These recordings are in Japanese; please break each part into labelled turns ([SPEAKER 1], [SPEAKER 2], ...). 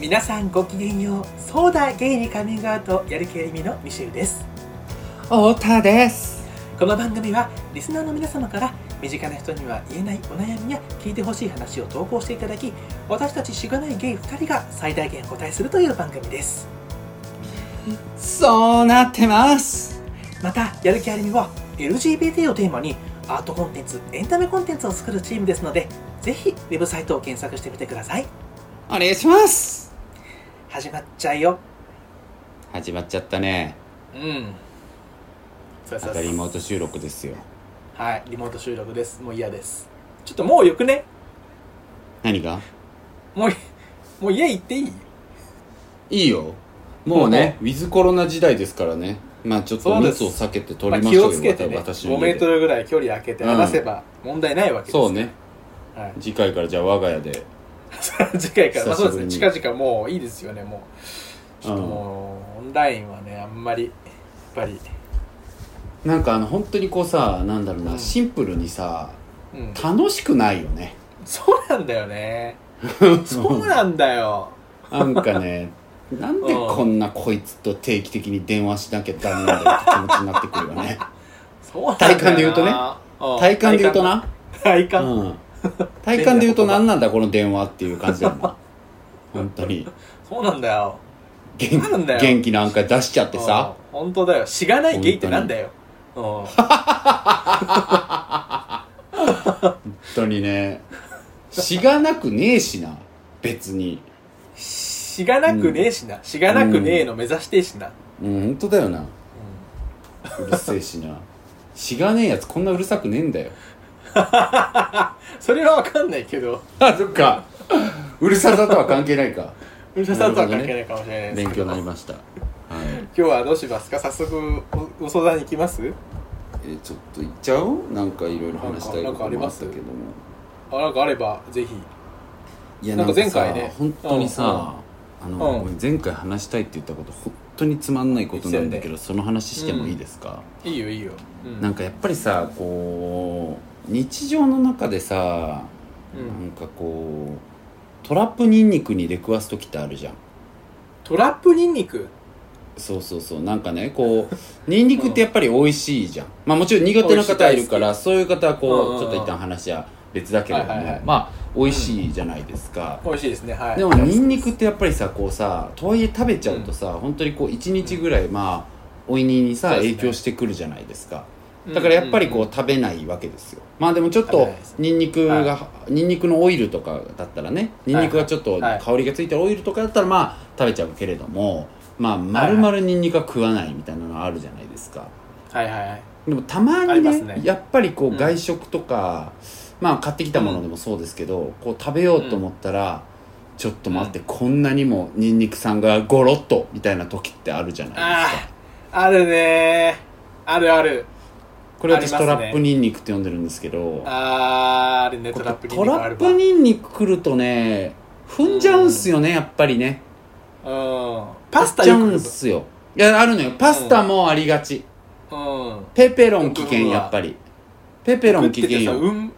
[SPEAKER 1] 皆さんごきげんようそうだゲイにカミングアウトやる気ありみのミシェルです
[SPEAKER 2] 太田です
[SPEAKER 1] この番組はリスナーの皆様から身近な人には言えないお悩みや聞いてほしい話を投稿していただき私たちしがないゲイ2人が最大限お答えするという番組です
[SPEAKER 2] そうなってます
[SPEAKER 1] またやる気ありみは LGBT をテーマにアートコンテンツエンタメコンテンツを作るチームですのでぜひウェブサイトを検索してみてください
[SPEAKER 2] お願いします
[SPEAKER 1] 始まっちゃうよ
[SPEAKER 2] 始まっちゃったね
[SPEAKER 1] うんそう
[SPEAKER 2] またリモート収録ですよ
[SPEAKER 1] はい、リモート収録です。もう嫌です。ちょっともうよくね
[SPEAKER 2] 何が
[SPEAKER 1] もう、 もう家行っていい
[SPEAKER 2] いいよもうねウィズコロナ時代ですからねまあちょっと
[SPEAKER 1] そうです
[SPEAKER 2] 密を避けて取
[SPEAKER 1] まあ
[SPEAKER 2] りまし
[SPEAKER 1] 気
[SPEAKER 2] ょ
[SPEAKER 1] を
[SPEAKER 2] う
[SPEAKER 1] つ
[SPEAKER 2] よ、
[SPEAKER 1] けてね、
[SPEAKER 2] 私の
[SPEAKER 1] 5メ
[SPEAKER 2] 家
[SPEAKER 1] ート
[SPEAKER 2] で
[SPEAKER 1] ルぐらい距離開けて話せば問題ないわけです。
[SPEAKER 2] そうね
[SPEAKER 1] はい
[SPEAKER 2] 次回からじゃあ我が家で
[SPEAKER 1] 次回から、まあそう
[SPEAKER 2] 久し
[SPEAKER 1] で
[SPEAKER 2] ぶりに
[SPEAKER 1] すね、近々もういいですよね、もう。ちょっと
[SPEAKER 2] うん
[SPEAKER 1] もう、オンラインはね、あんまり、やっぱり、
[SPEAKER 2] なんかあの本当にこうさなんだろうな、
[SPEAKER 1] うん
[SPEAKER 2] シンプルにさ
[SPEAKER 1] うん。
[SPEAKER 2] 楽しくないよね
[SPEAKER 1] そうなんだ よね。そうなんだよ。
[SPEAKER 2] なんかねなんでこんなこいつと定期的に電話しなきゃダメなんだよって気持ちになってくるよ ね
[SPEAKER 1] そうなんだよな。
[SPEAKER 2] 体感で言うとね
[SPEAKER 1] ん。
[SPEAKER 2] 体感で言うとな
[SPEAKER 1] 体感。
[SPEAKER 2] うん、 体感で言うと何なんだこの電話っていう感じだよな本当に
[SPEAKER 1] そうなんだよ。
[SPEAKER 2] 元
[SPEAKER 1] なんだよ
[SPEAKER 2] 元気なんか出しちゃってさ
[SPEAKER 1] うん本当だよしがないゲイってなんだようん
[SPEAKER 2] 本当にねしがなくねえしな別に
[SPEAKER 1] しがなくねえしなしがなくねえの目指してえしな、
[SPEAKER 2] うん本当だよなうるせえしなしがねえやつこんなうるさくねえんだよ
[SPEAKER 1] それはわかんないけど
[SPEAKER 2] あそっか うるささとは関係ないか
[SPEAKER 1] うるささとは関係ないかもしれないです
[SPEAKER 2] 勉
[SPEAKER 1] け
[SPEAKER 2] 強
[SPEAKER 1] ど
[SPEAKER 2] になりました、はい、
[SPEAKER 1] 今日はどうしますか早速おお相談に行きます
[SPEAKER 2] えーちょっと行っちゃおうなんかいろいろ話したい
[SPEAKER 1] なんかな
[SPEAKER 2] こと
[SPEAKER 1] んかあり
[SPEAKER 2] もあっ
[SPEAKER 1] ます
[SPEAKER 2] たけども
[SPEAKER 1] あなんかあればぜひ
[SPEAKER 2] いや
[SPEAKER 1] な
[SPEAKER 2] なんん
[SPEAKER 1] か
[SPEAKER 2] か
[SPEAKER 1] 前
[SPEAKER 2] 前
[SPEAKER 1] 回
[SPEAKER 2] 回
[SPEAKER 1] ね
[SPEAKER 2] ね本当にさ、あの、
[SPEAKER 1] うん
[SPEAKER 2] ごめん前回話したいって言ったこと本当につまんないことなんだけど、その話してもいいですか、
[SPEAKER 1] いいよいいよ、うん、
[SPEAKER 2] なんかやっぱりさこう日常の中でさ、
[SPEAKER 1] う
[SPEAKER 2] なんんかこうトラップニンニクに出くわす時ってあるじゃん
[SPEAKER 1] トラップニンニク
[SPEAKER 2] そうそうそうなんかねこうニンニクってやっぱり美味しいじゃん、まあもちろん苦手な方はいるからそういう方は
[SPEAKER 1] うんうんう
[SPEAKER 2] こ
[SPEAKER 1] ん
[SPEAKER 2] うちょっと一旦話は別だけれども、
[SPEAKER 1] はいはいはい
[SPEAKER 2] まあ美味しいじゃないですか、
[SPEAKER 1] 美味しいですねはい
[SPEAKER 2] でもニンニクってやっぱりさこうさとはいえ食べちゃうとさ、本当にこう1日ぐらいまあおいににさ、
[SPEAKER 1] そうですね
[SPEAKER 2] 影響してくるじゃないですか
[SPEAKER 1] うん
[SPEAKER 2] だからやっぱりこ
[SPEAKER 1] ん
[SPEAKER 2] う食べないわけですよまあでもちょっ
[SPEAKER 1] 食べ
[SPEAKER 2] と
[SPEAKER 1] ないです
[SPEAKER 2] ニンニクが、ニンニクのオイルとかだったらねニンニクがちょっと
[SPEAKER 1] はいは
[SPEAKER 2] 香
[SPEAKER 1] い
[SPEAKER 2] りがついたオイルとかだったらまあ食べちゃうけれどもまあ丸々ニンニクは食わないみたいなのあるじゃないですか
[SPEAKER 1] うんはいはいはい
[SPEAKER 2] でもたま
[SPEAKER 1] あ
[SPEAKER 2] に
[SPEAKER 1] ります
[SPEAKER 2] ね
[SPEAKER 1] ね
[SPEAKER 2] やっぱりこ
[SPEAKER 1] う
[SPEAKER 2] うん外食とか、まあ買ってきたものでもそうですけど、こう食べようと思ったら、ちょっと待って、こんなにもニンニクさんがゴロッとみたいな時ってあるじゃないです
[SPEAKER 1] あ
[SPEAKER 2] か
[SPEAKER 1] ああるねーあるある
[SPEAKER 2] これ私
[SPEAKER 1] あり
[SPEAKER 2] ト
[SPEAKER 1] ますね
[SPEAKER 2] ラップニンニクって呼んでるんですけど
[SPEAKER 1] あーあるね
[SPEAKER 2] こ
[SPEAKER 1] ト
[SPEAKER 2] れ
[SPEAKER 1] ラップニン
[SPEAKER 2] ト
[SPEAKER 1] ニクあ
[SPEAKER 2] ラ
[SPEAKER 1] る
[SPEAKER 2] ッ
[SPEAKER 1] わ
[SPEAKER 2] プニンニク来るとね踏んじゃうんすよね、やっぱりね
[SPEAKER 1] うんパスタ
[SPEAKER 2] 踏
[SPEAKER 1] よ
[SPEAKER 2] ん
[SPEAKER 1] く
[SPEAKER 2] じゃうんすよいやあるのよパスタもありがち、
[SPEAKER 1] うん
[SPEAKER 2] ペペロン危険
[SPEAKER 1] うわ
[SPEAKER 2] やっぱりペペロン危険よ
[SPEAKER 1] 食っててさ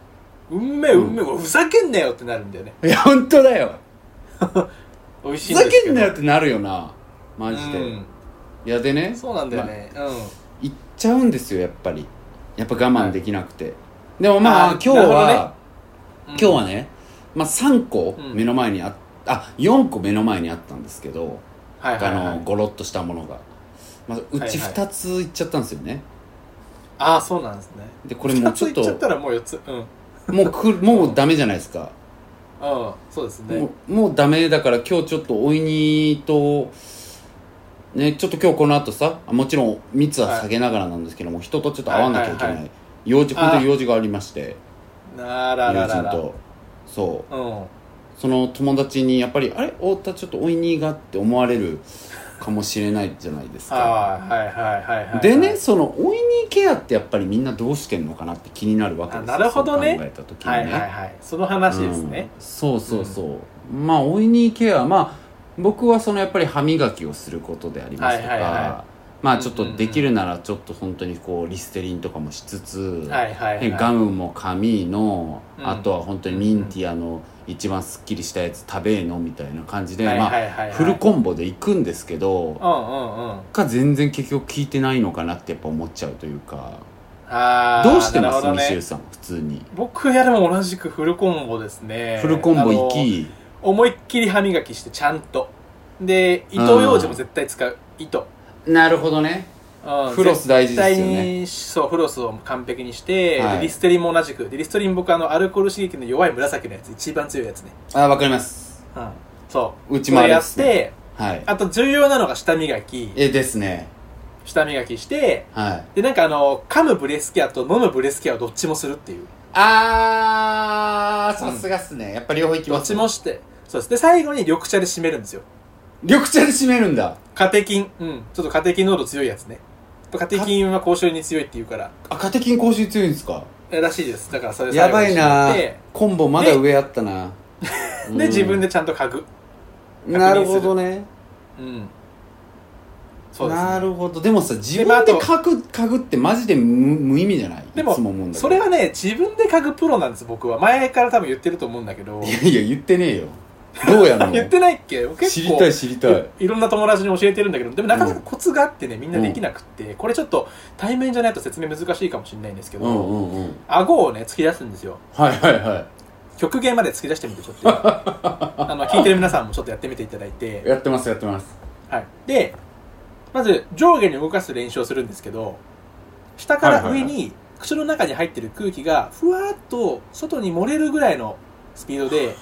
[SPEAKER 1] うんうんめえうんめえ、ふざけんなよってなるんだよね
[SPEAKER 2] いや本当だよ
[SPEAKER 1] 美味しい
[SPEAKER 2] ふ
[SPEAKER 1] んで
[SPEAKER 2] ざ
[SPEAKER 1] すけ
[SPEAKER 2] け
[SPEAKER 1] ど
[SPEAKER 2] んなよってなるよなマジで、
[SPEAKER 1] うん
[SPEAKER 2] いやでね
[SPEAKER 1] そうなんだよね、
[SPEAKER 2] 行っちゃうんですよやっぱりやっぱ我慢できなくて、でもまあ
[SPEAKER 1] あー
[SPEAKER 2] 今日は
[SPEAKER 1] なるほどねうん
[SPEAKER 2] 今日は
[SPEAKER 1] ね
[SPEAKER 2] ね、まあ、3個
[SPEAKER 1] うん
[SPEAKER 2] 目の前にあっあ4個目の前にあったんですけど、
[SPEAKER 1] はいはい、は
[SPEAKER 2] あの
[SPEAKER 1] い、
[SPEAKER 2] ゴロッとしたものが、まあ、う
[SPEAKER 1] はいは
[SPEAKER 2] ち
[SPEAKER 1] い
[SPEAKER 2] 2つ行っちゃったんですよね、
[SPEAKER 1] ああそうなんですね
[SPEAKER 2] でこれもうちょっ
[SPEAKER 1] 二ついっちゃった
[SPEAKER 2] と
[SPEAKER 1] らもう四つうんうん
[SPEAKER 2] もうくもうダメじゃないですか、
[SPEAKER 1] そうですね
[SPEAKER 2] もうもうダメだから今日ちょっとおいにとねちょっと今日この後さあもちろん密は下げながらなんですけども、人とちょっと会わなきゃいけない,、
[SPEAKER 1] はいはい
[SPEAKER 2] 用事本当に用事がありまして
[SPEAKER 1] なら
[SPEAKER 2] 友
[SPEAKER 1] らら
[SPEAKER 2] 人
[SPEAKER 1] ら
[SPEAKER 2] とそう
[SPEAKER 1] うん
[SPEAKER 2] その友達にやっぱりあれ太田ちょっとおいにがって思われるかもしれないじゃないですか
[SPEAKER 1] あーはいはいはいはいはい
[SPEAKER 2] でねそのおいにケアってやっぱりみんなどうしてんのかなって気になるわけですよ
[SPEAKER 1] あなるほどね
[SPEAKER 2] そう考えた時にね、
[SPEAKER 1] はいはいはいその話ですね、
[SPEAKER 2] うん、そうそうそう、まあおいにケアまあ僕はそのやっぱり歯磨きをすることでありますとか、
[SPEAKER 1] はいはいは
[SPEAKER 2] まあちょっとできるならちょっと本当にこうリステリンとかもしつつ、
[SPEAKER 1] はいはいはい
[SPEAKER 2] ねガムも紙の、
[SPEAKER 1] うん
[SPEAKER 2] あとは本当にミンティアの一番すっきりしたやつ食べえのみたいな感じで、
[SPEAKER 1] はいはい
[SPEAKER 2] ま
[SPEAKER 1] はいはい
[SPEAKER 2] あフルコンボで行くんですけ
[SPEAKER 1] う
[SPEAKER 2] ど、
[SPEAKER 1] んうんうん
[SPEAKER 2] が全然結局効いてないのかなってやっぱ思っちゃうというか
[SPEAKER 1] あー
[SPEAKER 2] どうしてます、
[SPEAKER 1] なるほど
[SPEAKER 2] ミシェル
[SPEAKER 1] ね
[SPEAKER 2] さん普通に、
[SPEAKER 1] 僕やでも同じくフルコンボですね
[SPEAKER 2] フルコンボ行
[SPEAKER 1] あの
[SPEAKER 2] き
[SPEAKER 1] 思いっきり歯磨きしてちゃんとで糸ようじも絶対使う糸、
[SPEAKER 2] なるほどね
[SPEAKER 1] うん
[SPEAKER 2] フロス大事ですよ
[SPEAKER 1] 絶
[SPEAKER 2] ね
[SPEAKER 1] 対にそうフロスを完璧にして、
[SPEAKER 2] はい
[SPEAKER 1] でリステリンも同じくでリステリン僕あのアルコール刺激の弱い紫のやつ一番強いやつね、
[SPEAKER 2] あわかります
[SPEAKER 1] うん、そう
[SPEAKER 2] うちもあれですね
[SPEAKER 1] そやって
[SPEAKER 2] はい
[SPEAKER 1] あと重要なのが舌磨き
[SPEAKER 2] えですね
[SPEAKER 1] 舌磨きして
[SPEAKER 2] はい
[SPEAKER 1] でなんかあの噛むブレスケアと飲むブレスケアをどっちもするっていう
[SPEAKER 2] あーさすがっすね、やっぱ両方行き
[SPEAKER 1] ど
[SPEAKER 2] ま
[SPEAKER 1] っ
[SPEAKER 2] す
[SPEAKER 1] ち
[SPEAKER 2] ね
[SPEAKER 1] もしてそうですで最後に緑茶で締めるんですよ
[SPEAKER 2] 緑茶で締めるんだ
[SPEAKER 1] カテキンうんちょっとカテキン濃度強いやつねカテキンは口臭に強いっていうから
[SPEAKER 2] あカテキン口臭強いんですから
[SPEAKER 1] しいですだからそれ
[SPEAKER 2] や
[SPEAKER 1] 最後
[SPEAKER 2] ばい
[SPEAKER 1] に締
[SPEAKER 2] な
[SPEAKER 1] めて
[SPEAKER 2] コンボまだ上あった なうん
[SPEAKER 1] で自分でちゃんと嗅ぐ
[SPEAKER 2] なるほどね
[SPEAKER 1] うんそうですね
[SPEAKER 2] なるほどでもさ自
[SPEAKER 1] まああ
[SPEAKER 2] 分で
[SPEAKER 1] と
[SPEAKER 2] 嗅ぐ嗅ぐってマジで無無意味じゃない
[SPEAKER 1] でも
[SPEAKER 2] いつも思うんだけど
[SPEAKER 1] それはね自分で嗅ぐプロなんです僕は前から多分言ってると思うんだけど
[SPEAKER 2] いやいや言ってねえよどうやるの
[SPEAKER 1] 言ってないっけ結構
[SPEAKER 2] 知りたい知りたい
[SPEAKER 1] いろんな友達に教えてるんだけどでもなかなかコツがあってねみんなできなくって、これちょっと対面じゃないと説明難しいかもしれないんですけど、
[SPEAKER 2] うんうんうん
[SPEAKER 1] 顎をね突き出すんですよ
[SPEAKER 2] はいはいは
[SPEAKER 1] 極限まで突き出してみてちょっ とあの聞いてる皆さんもちょっとやってみていただい
[SPEAKER 2] い
[SPEAKER 1] て、
[SPEAKER 2] やってますやってます
[SPEAKER 1] はい、でまず上下に動かす練習をするんですけど下から上に、
[SPEAKER 2] はいはい
[SPEAKER 1] 口の中に入ってる空気がふわーっと外に漏れるぐらいのスピー ドで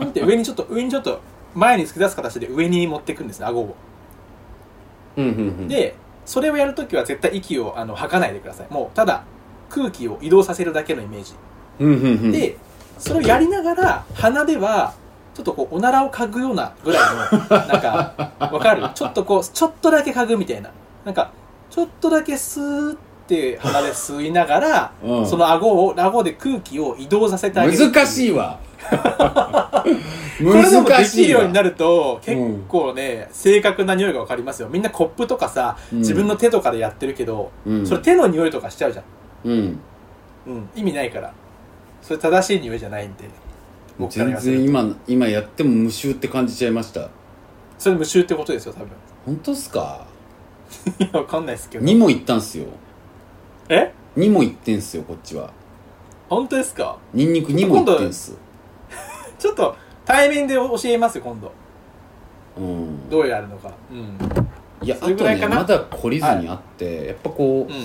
[SPEAKER 1] 見て上にちょっと上にちょっと前に突き出す形で上に持っていくんですね顎を。
[SPEAKER 2] うんうんうん
[SPEAKER 1] でそれをやるときは絶対息をあの吐かないでくださいもうただ空気を移動させるだけのイメージ、
[SPEAKER 2] うんうんうん
[SPEAKER 1] でそれをやりながら鼻ではちょっとこうおならを嗅ぐようなぐらいの なんかわかるちょっとこうちょっとだけ嗅ぐみたいななんかちょっとだけスーって鼻で吸いながら、
[SPEAKER 2] うん
[SPEAKER 1] その顎を顎で空気を移動させてあげる
[SPEAKER 2] 難
[SPEAKER 1] い
[SPEAKER 2] しいわ
[SPEAKER 1] これでもで
[SPEAKER 2] 難
[SPEAKER 1] き
[SPEAKER 2] し
[SPEAKER 1] る
[SPEAKER 2] い
[SPEAKER 1] よう
[SPEAKER 2] わ
[SPEAKER 1] になると
[SPEAKER 2] う
[SPEAKER 1] 結
[SPEAKER 2] ん
[SPEAKER 1] 構ね、正確な匂いがわかりますよみんなコップとかさ、
[SPEAKER 2] うん
[SPEAKER 1] 自分の手とかでやってるけど
[SPEAKER 2] うん
[SPEAKER 1] それ手の匂いとかしちゃうじゃん、
[SPEAKER 2] うん
[SPEAKER 1] うん、意味ないからそれ正しい匂いじゃないんで僕から
[SPEAKER 2] 全
[SPEAKER 1] 言わせる
[SPEAKER 2] 然
[SPEAKER 1] と
[SPEAKER 2] 今今やっても無臭って感じちゃいました
[SPEAKER 1] それ無臭ってことですよ多分
[SPEAKER 2] 本当っすか
[SPEAKER 1] いやわかんないですけど
[SPEAKER 2] 2も行ったんすよ
[SPEAKER 1] え
[SPEAKER 2] 2も行ってんすよこっちは
[SPEAKER 1] 本当ですか
[SPEAKER 2] ニンニク2も行ってんす
[SPEAKER 1] ちょっと対面で教えますよ今度
[SPEAKER 2] うん
[SPEAKER 1] どうやるのかうん
[SPEAKER 2] いやあ
[SPEAKER 1] そ
[SPEAKER 2] と
[SPEAKER 1] れぐらい
[SPEAKER 2] ね
[SPEAKER 1] かな
[SPEAKER 2] まだ懲りずにあって、やっぱこう、
[SPEAKER 1] うん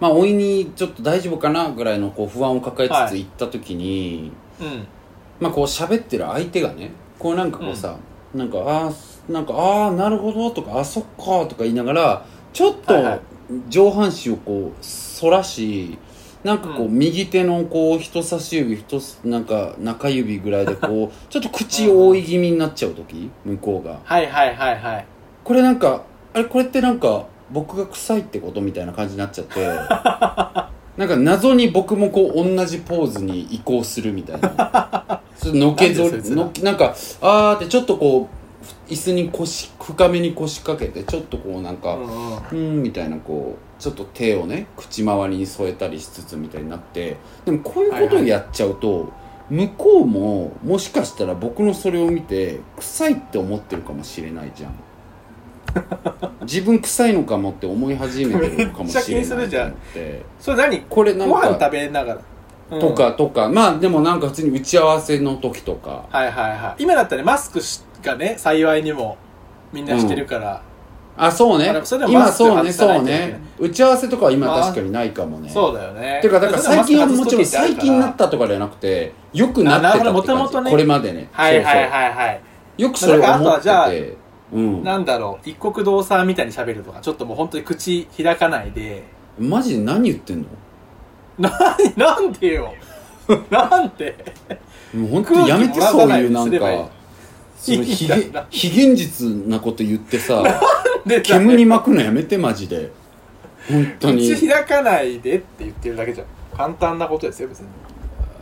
[SPEAKER 2] まあおいにちょっと大丈夫かなぐらいのこう不安を抱えつ
[SPEAKER 1] は
[SPEAKER 2] つ
[SPEAKER 1] い
[SPEAKER 2] 行った時に、
[SPEAKER 1] うん
[SPEAKER 2] まあこう喋ってる相手がねこうなんかこうさ、なんかあーなんかあーなるほどとかあそっかとか言いながらちょっと
[SPEAKER 1] はいはい
[SPEAKER 2] 上半身をこう反らしなんかこう、
[SPEAKER 1] う
[SPEAKER 2] 右手のこう人差し指人すなんか中指ぐらいでこうちょっと口覆い気味になっちゃう時向こうが
[SPEAKER 1] はいはいはいはい
[SPEAKER 2] これなんかあれこれってなんか僕が臭いってことみたいな感じになっちゃって なんか謎に僕もこう同じポーズに移行するみたいなちょっとのけぞ
[SPEAKER 1] なんでそいつら
[SPEAKER 2] のなんかあーってちょっとこう椅子に腰深めに腰掛けてちょっとこうなんか、
[SPEAKER 1] う
[SPEAKER 2] うん
[SPEAKER 1] うん
[SPEAKER 2] ーんみたいなこうちょっと手をね口周りに添えたりしつつみたいになってでもこういうことをやっちゃうと、向こうももしかしたら僕のそれを見て臭いって思ってるかもしれないじゃん自分臭いのかもって思い始めてるのかもしれな
[SPEAKER 1] めっ
[SPEAKER 2] い
[SPEAKER 1] ちゃ
[SPEAKER 2] と
[SPEAKER 1] 気にす
[SPEAKER 2] 思っ
[SPEAKER 1] るじゃん
[SPEAKER 2] て
[SPEAKER 1] それ何
[SPEAKER 2] これなん
[SPEAKER 1] ご飯
[SPEAKER 2] か
[SPEAKER 1] 食べながら、うん
[SPEAKER 2] とかとかまあでもなんか普通に打ち合わせの時とか
[SPEAKER 1] はいはいはい今だったらねマスクしがね幸いにもみんなしてるから、
[SPEAKER 2] あそうね
[SPEAKER 1] あでもそれでも
[SPEAKER 2] 今
[SPEAKER 1] マスク
[SPEAKER 2] そうね
[SPEAKER 1] 外さない
[SPEAKER 2] そう
[SPEAKER 1] といけない
[SPEAKER 2] ね打ち合わせとかは今確かにないかもね
[SPEAKER 1] そうだよね。。
[SPEAKER 2] てかだから最近はもちろん最近になったたとかじゃなくてよくなってたって
[SPEAKER 1] あなる
[SPEAKER 2] 感
[SPEAKER 1] ほ
[SPEAKER 2] じ
[SPEAKER 1] ど元々ね
[SPEAKER 2] これまでね
[SPEAKER 1] はいはい
[SPEAKER 2] そう
[SPEAKER 1] はいはい。
[SPEAKER 2] そうよくそれ
[SPEAKER 1] まあだ
[SPEAKER 2] 思
[SPEAKER 1] からあ
[SPEAKER 2] っ
[SPEAKER 1] とは
[SPEAKER 2] ててうん
[SPEAKER 1] なんだろう、一国道産みたいに喋るとか、ちょっともう本当に口開かないで。
[SPEAKER 2] マジで何言ってんの
[SPEAKER 1] なに、なんでよ。 なんで
[SPEAKER 2] もう本当にやめて
[SPEAKER 1] 空気
[SPEAKER 2] そ
[SPEAKER 1] も
[SPEAKER 2] う
[SPEAKER 1] らわない
[SPEAKER 2] い
[SPEAKER 1] よう
[SPEAKER 2] う
[SPEAKER 1] に
[SPEAKER 2] な
[SPEAKER 1] す
[SPEAKER 2] ん
[SPEAKER 1] ればいい
[SPEAKER 2] かその非
[SPEAKER 1] いい
[SPEAKER 2] げ
[SPEAKER 1] んだな
[SPEAKER 2] 非現実なこと言って さ
[SPEAKER 1] で、
[SPEAKER 2] 煙に巻くのやめてマジで本当に
[SPEAKER 1] 口
[SPEAKER 2] で
[SPEAKER 1] 開かないでって言ってるだけじゃん。簡単なことですよ、別に。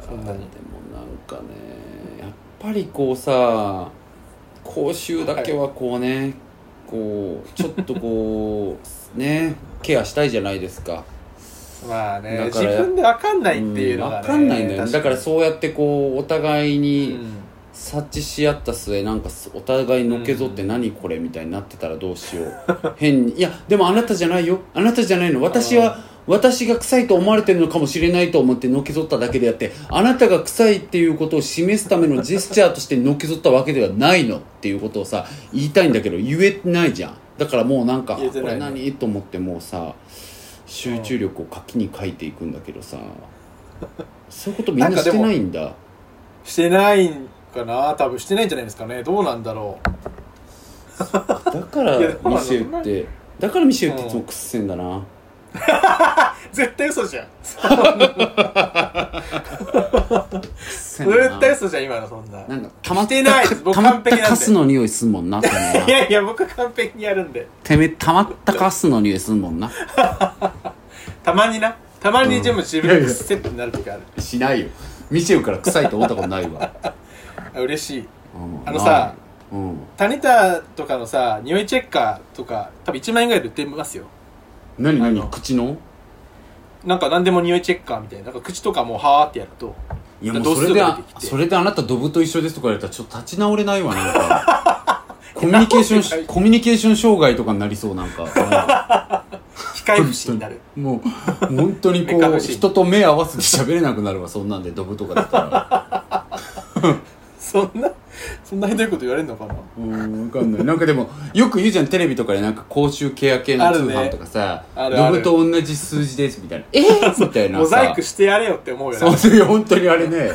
[SPEAKER 1] そんな
[SPEAKER 2] もなん
[SPEAKER 1] に。
[SPEAKER 2] かねやっぱりこうさ口臭だけはこうね、こうちょっとこ うねケアしたいじゃないですか
[SPEAKER 1] まあね
[SPEAKER 2] だ
[SPEAKER 1] 自
[SPEAKER 2] から
[SPEAKER 1] 分で分かんないっていうのが、ね
[SPEAKER 2] 分かんないんだよね
[SPEAKER 1] 確
[SPEAKER 2] だから
[SPEAKER 1] に
[SPEAKER 2] そうやってこうお互いうに
[SPEAKER 1] ん
[SPEAKER 2] 察知し合った末なんかお互いのけぞって
[SPEAKER 1] うん
[SPEAKER 2] 何これみたいになってたらどうしよう変にいやでもあなたじゃないよあなたじゃないの私は私が臭いと思われてるのかもしれないと思ってのけぞっただけであってあなたが臭いっていうことを示すためのジェスチャーとしてのけぞったわけではないのっていうことをさ言いたいんだけど言えてないじゃんだからもうなんか
[SPEAKER 1] 言えて
[SPEAKER 2] こ
[SPEAKER 1] な
[SPEAKER 2] れ
[SPEAKER 1] いね
[SPEAKER 2] 何と思ってもうさ集中力を書きに書いていくんだけどさそういうことみんなしてないんだ
[SPEAKER 1] してないんかな多分してないんじゃないですかねどうなんだろう
[SPEAKER 2] だから
[SPEAKER 1] いやそうなの
[SPEAKER 2] ミシェウってだからミシェウっていつもくっせんだな、
[SPEAKER 1] 絶対嘘じゃん
[SPEAKER 2] 絶
[SPEAKER 1] 絶対嘘じゃん今のそんな
[SPEAKER 2] なんかたまっ
[SPEAKER 1] してないで
[SPEAKER 2] た
[SPEAKER 1] す僕
[SPEAKER 2] たまっ
[SPEAKER 1] 完璧なん
[SPEAKER 2] た
[SPEAKER 1] で
[SPEAKER 2] カスの匂いすんもんなてめえない
[SPEAKER 1] やいや僕完璧にやるんで
[SPEAKER 2] てめえたまったカスの匂いすんもんな
[SPEAKER 1] たまになたまにでも自分でくっせってなる時ある、
[SPEAKER 2] しないよミシェウから臭いと思ったことないわ、
[SPEAKER 1] あ嬉しい
[SPEAKER 2] うん
[SPEAKER 1] あのさ
[SPEAKER 2] ないうん
[SPEAKER 1] タニタとかのさ匂いチェッカーとか多分1万円ぐらいで売ってますよ
[SPEAKER 2] 何
[SPEAKER 1] あ
[SPEAKER 2] 何
[SPEAKER 1] の
[SPEAKER 2] 口の
[SPEAKER 1] なんか何でも匂いチェッカーみたいななんか口とかもうはーってやると
[SPEAKER 2] いやも
[SPEAKER 1] だ
[SPEAKER 2] う
[SPEAKER 1] から
[SPEAKER 2] それで
[SPEAKER 1] 度数が出てきて
[SPEAKER 2] それであなたドブと一緒ですとか言われたらちょっと立ち直れないわなんかコミュニケーションしコミュニケーション障害とかになりそうなんか、うん
[SPEAKER 1] 控え節に なる
[SPEAKER 2] もう本当にこ
[SPEAKER 1] 目隠
[SPEAKER 2] う
[SPEAKER 1] し
[SPEAKER 2] 人と目合わせて喋れなくなるわそんなんでドブとかだった ら
[SPEAKER 1] そんなそんなひどいこと言われるのかな
[SPEAKER 2] うん分かんないなんかでもよく言うじゃんテレビとかでなんか口臭ケア系の通販とかさ、
[SPEAKER 1] あるねあるあ
[SPEAKER 2] ドブ
[SPEAKER 1] る
[SPEAKER 2] と同じ数字ですみたいなえー、みたいなさ
[SPEAKER 1] モザイクしてやれよって思うよな
[SPEAKER 2] そうするよ本当にあれね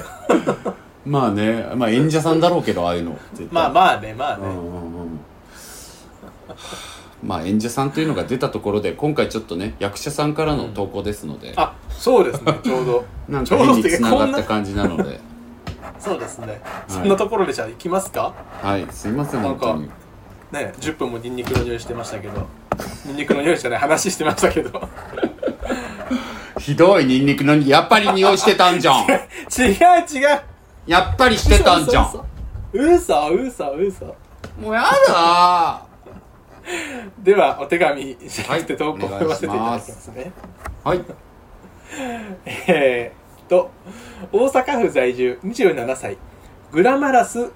[SPEAKER 2] まあねまあ演者さんだろうけどああいうの絶対
[SPEAKER 1] まあまあねまあ
[SPEAKER 2] う
[SPEAKER 1] ね、
[SPEAKER 2] んうんうんまあ演者さんというのが出たところで今回ちょっとね役者さんからの投稿ですので、
[SPEAKER 1] あそうです ねちょうど
[SPEAKER 2] なんか変に繋
[SPEAKER 1] ちょうどっていうかこ
[SPEAKER 2] が
[SPEAKER 1] ん
[SPEAKER 2] った
[SPEAKER 1] な
[SPEAKER 2] 感じなので
[SPEAKER 1] そうですね、そんなところでじゃあ行きますか
[SPEAKER 2] はいすいません
[SPEAKER 1] なん
[SPEAKER 2] 本
[SPEAKER 1] か
[SPEAKER 2] 当に
[SPEAKER 1] ね10分もニンニクの匂いしてましたけどニンニクの匂いじゃない話してましたけど
[SPEAKER 2] ひどいニンニクのにやっぱり匂いしてたんじゃん
[SPEAKER 1] 違う違う
[SPEAKER 2] やっぱりしてたんじゃん
[SPEAKER 1] 嘘嘘嘘嘘
[SPEAKER 2] もうやだ
[SPEAKER 1] ではお手紙じゃなくて
[SPEAKER 2] はい
[SPEAKER 1] 投稿を読ませていただきますね、
[SPEAKER 2] ーはい
[SPEAKER 1] えーっと大阪府在住27歳グラマラス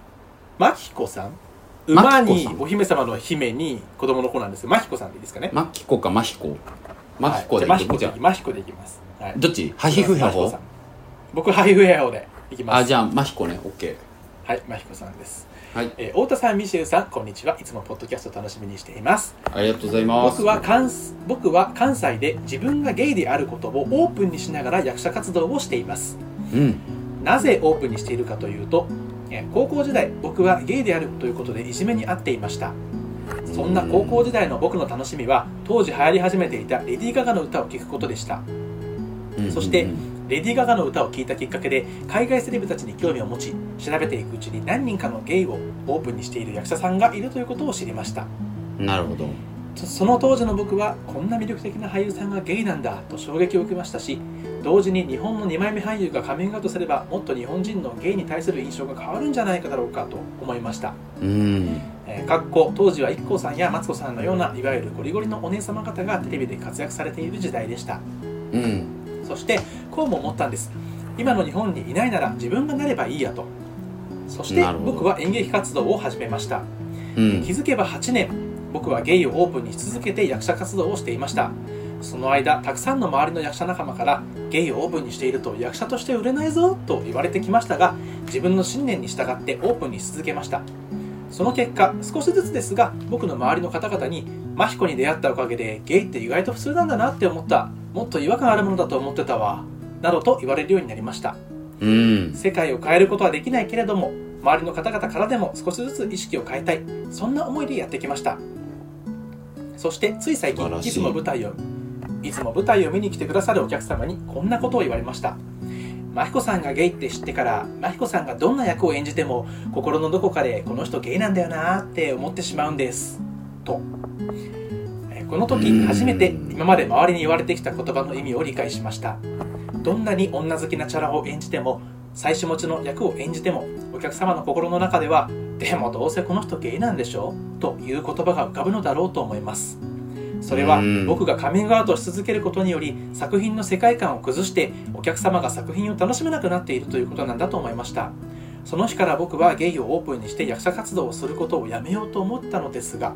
[SPEAKER 1] マキコさん馬
[SPEAKER 2] マキコ
[SPEAKER 1] に
[SPEAKER 2] さん
[SPEAKER 1] お姫様の姫に子供の子なんですマキコさんでいいですかね
[SPEAKER 2] マキコかマヒコマヒコで
[SPEAKER 1] はいい
[SPEAKER 2] け
[SPEAKER 1] じゃあマヒコ
[SPEAKER 2] る
[SPEAKER 1] で
[SPEAKER 2] じゃん
[SPEAKER 1] いきマヒコでいきますはい
[SPEAKER 2] どっちハヒフヘ
[SPEAKER 1] マコ
[SPEAKER 2] ホ
[SPEAKER 1] さん僕ハイフヘアホでいきます
[SPEAKER 2] あじゃあマヒコねオッケ
[SPEAKER 1] はいマヒコさんです、
[SPEAKER 2] ーはい
[SPEAKER 1] えー太田さんミシェルさんこんにちはいつもポッドキャスト楽しみにしています
[SPEAKER 2] ありがとうございます
[SPEAKER 1] 僕は関僕は関西で自分がゲイであることをオープンにしながら役者活動をしています
[SPEAKER 2] うん
[SPEAKER 1] なぜオープンにしているかというとえー高校時代僕はゲイであるということでいじめに遭っていましたそんな高校時代の僕の楽しみは当時流行り始めていたレディー・ガガの歌を聴くことでした
[SPEAKER 2] うん
[SPEAKER 1] そして
[SPEAKER 2] うん
[SPEAKER 1] レディー・ガガの歌を聴いたきっかけで海外セレブたちに興味を持ち調べていくうちに何人かのゲイをオープンにしている役者さんがいるということを知りました
[SPEAKER 2] うんなるほど
[SPEAKER 1] そその当時の僕はこんな魅力的な俳優さんがゲイなんだと衝撃を受けましたし同時に日本の2枚目俳優がカミングアウトすればもっと日本人のゲイに対する印象が変わるんじゃないかだろうかと思いました、
[SPEAKER 2] うん
[SPEAKER 1] えーかっこ当時は IKKO さんやマツコさんのようないわゆるゴリゴリのお姉様方がテレビで活躍されている時代でした
[SPEAKER 2] うん
[SPEAKER 1] そしてこうも思ったんです今の日本にいないなら自分がなればいいやとそして
[SPEAKER 2] なるほど
[SPEAKER 1] 僕は演劇活動を始めました
[SPEAKER 2] うん
[SPEAKER 1] 気づけば8年僕はゲイをオープンにし続けて役者活動をしていましたその間たくさんの周りの役者仲間からゲイをオープンにしていると役者として売れないぞと言われてきましたが自分の信念に従ってオープンにし続けましたその結果少しずつですが僕の周りの方々にマヒコに出会ったおかげでゲイって意外と普通なんだなって思ったもっと違和感あるものだと思ってたわなどと言われるようになりました
[SPEAKER 2] うん
[SPEAKER 1] 世界を変えることはできないけれども周りの方々からでも少しずつ意識を変えたいそんな思いでやってきましたそしてつい最
[SPEAKER 2] 素晴
[SPEAKER 1] 近
[SPEAKER 2] ら
[SPEAKER 1] い
[SPEAKER 2] しい
[SPEAKER 1] つも舞台をいつも舞台を見に来てくださるお客様にこんなことを言われました真彦さんがゲイって知ってから真彦さんがどんな役を演じても心のどこかでこの人ゲイなんだよなーって思ってしまうんですとえーこの時初めて
[SPEAKER 2] うん
[SPEAKER 1] 今まで周りに言われてきた言葉の意味を理解しましたどんなに女好きなチャラを演じても妻子持ちの役を演じてもお客様の心の中ではでもどうせこの人ゲイなんでしょという言葉が浮かぶのだろうと思いますそれは
[SPEAKER 2] うん
[SPEAKER 1] 僕がカミングアウトし続けることにより作品の世界観を崩してお客様が作品を楽しめなくなっているということなんだと思いましたその日から僕はゲイをオープンにして役者活動をすることをやめようと思ったのですが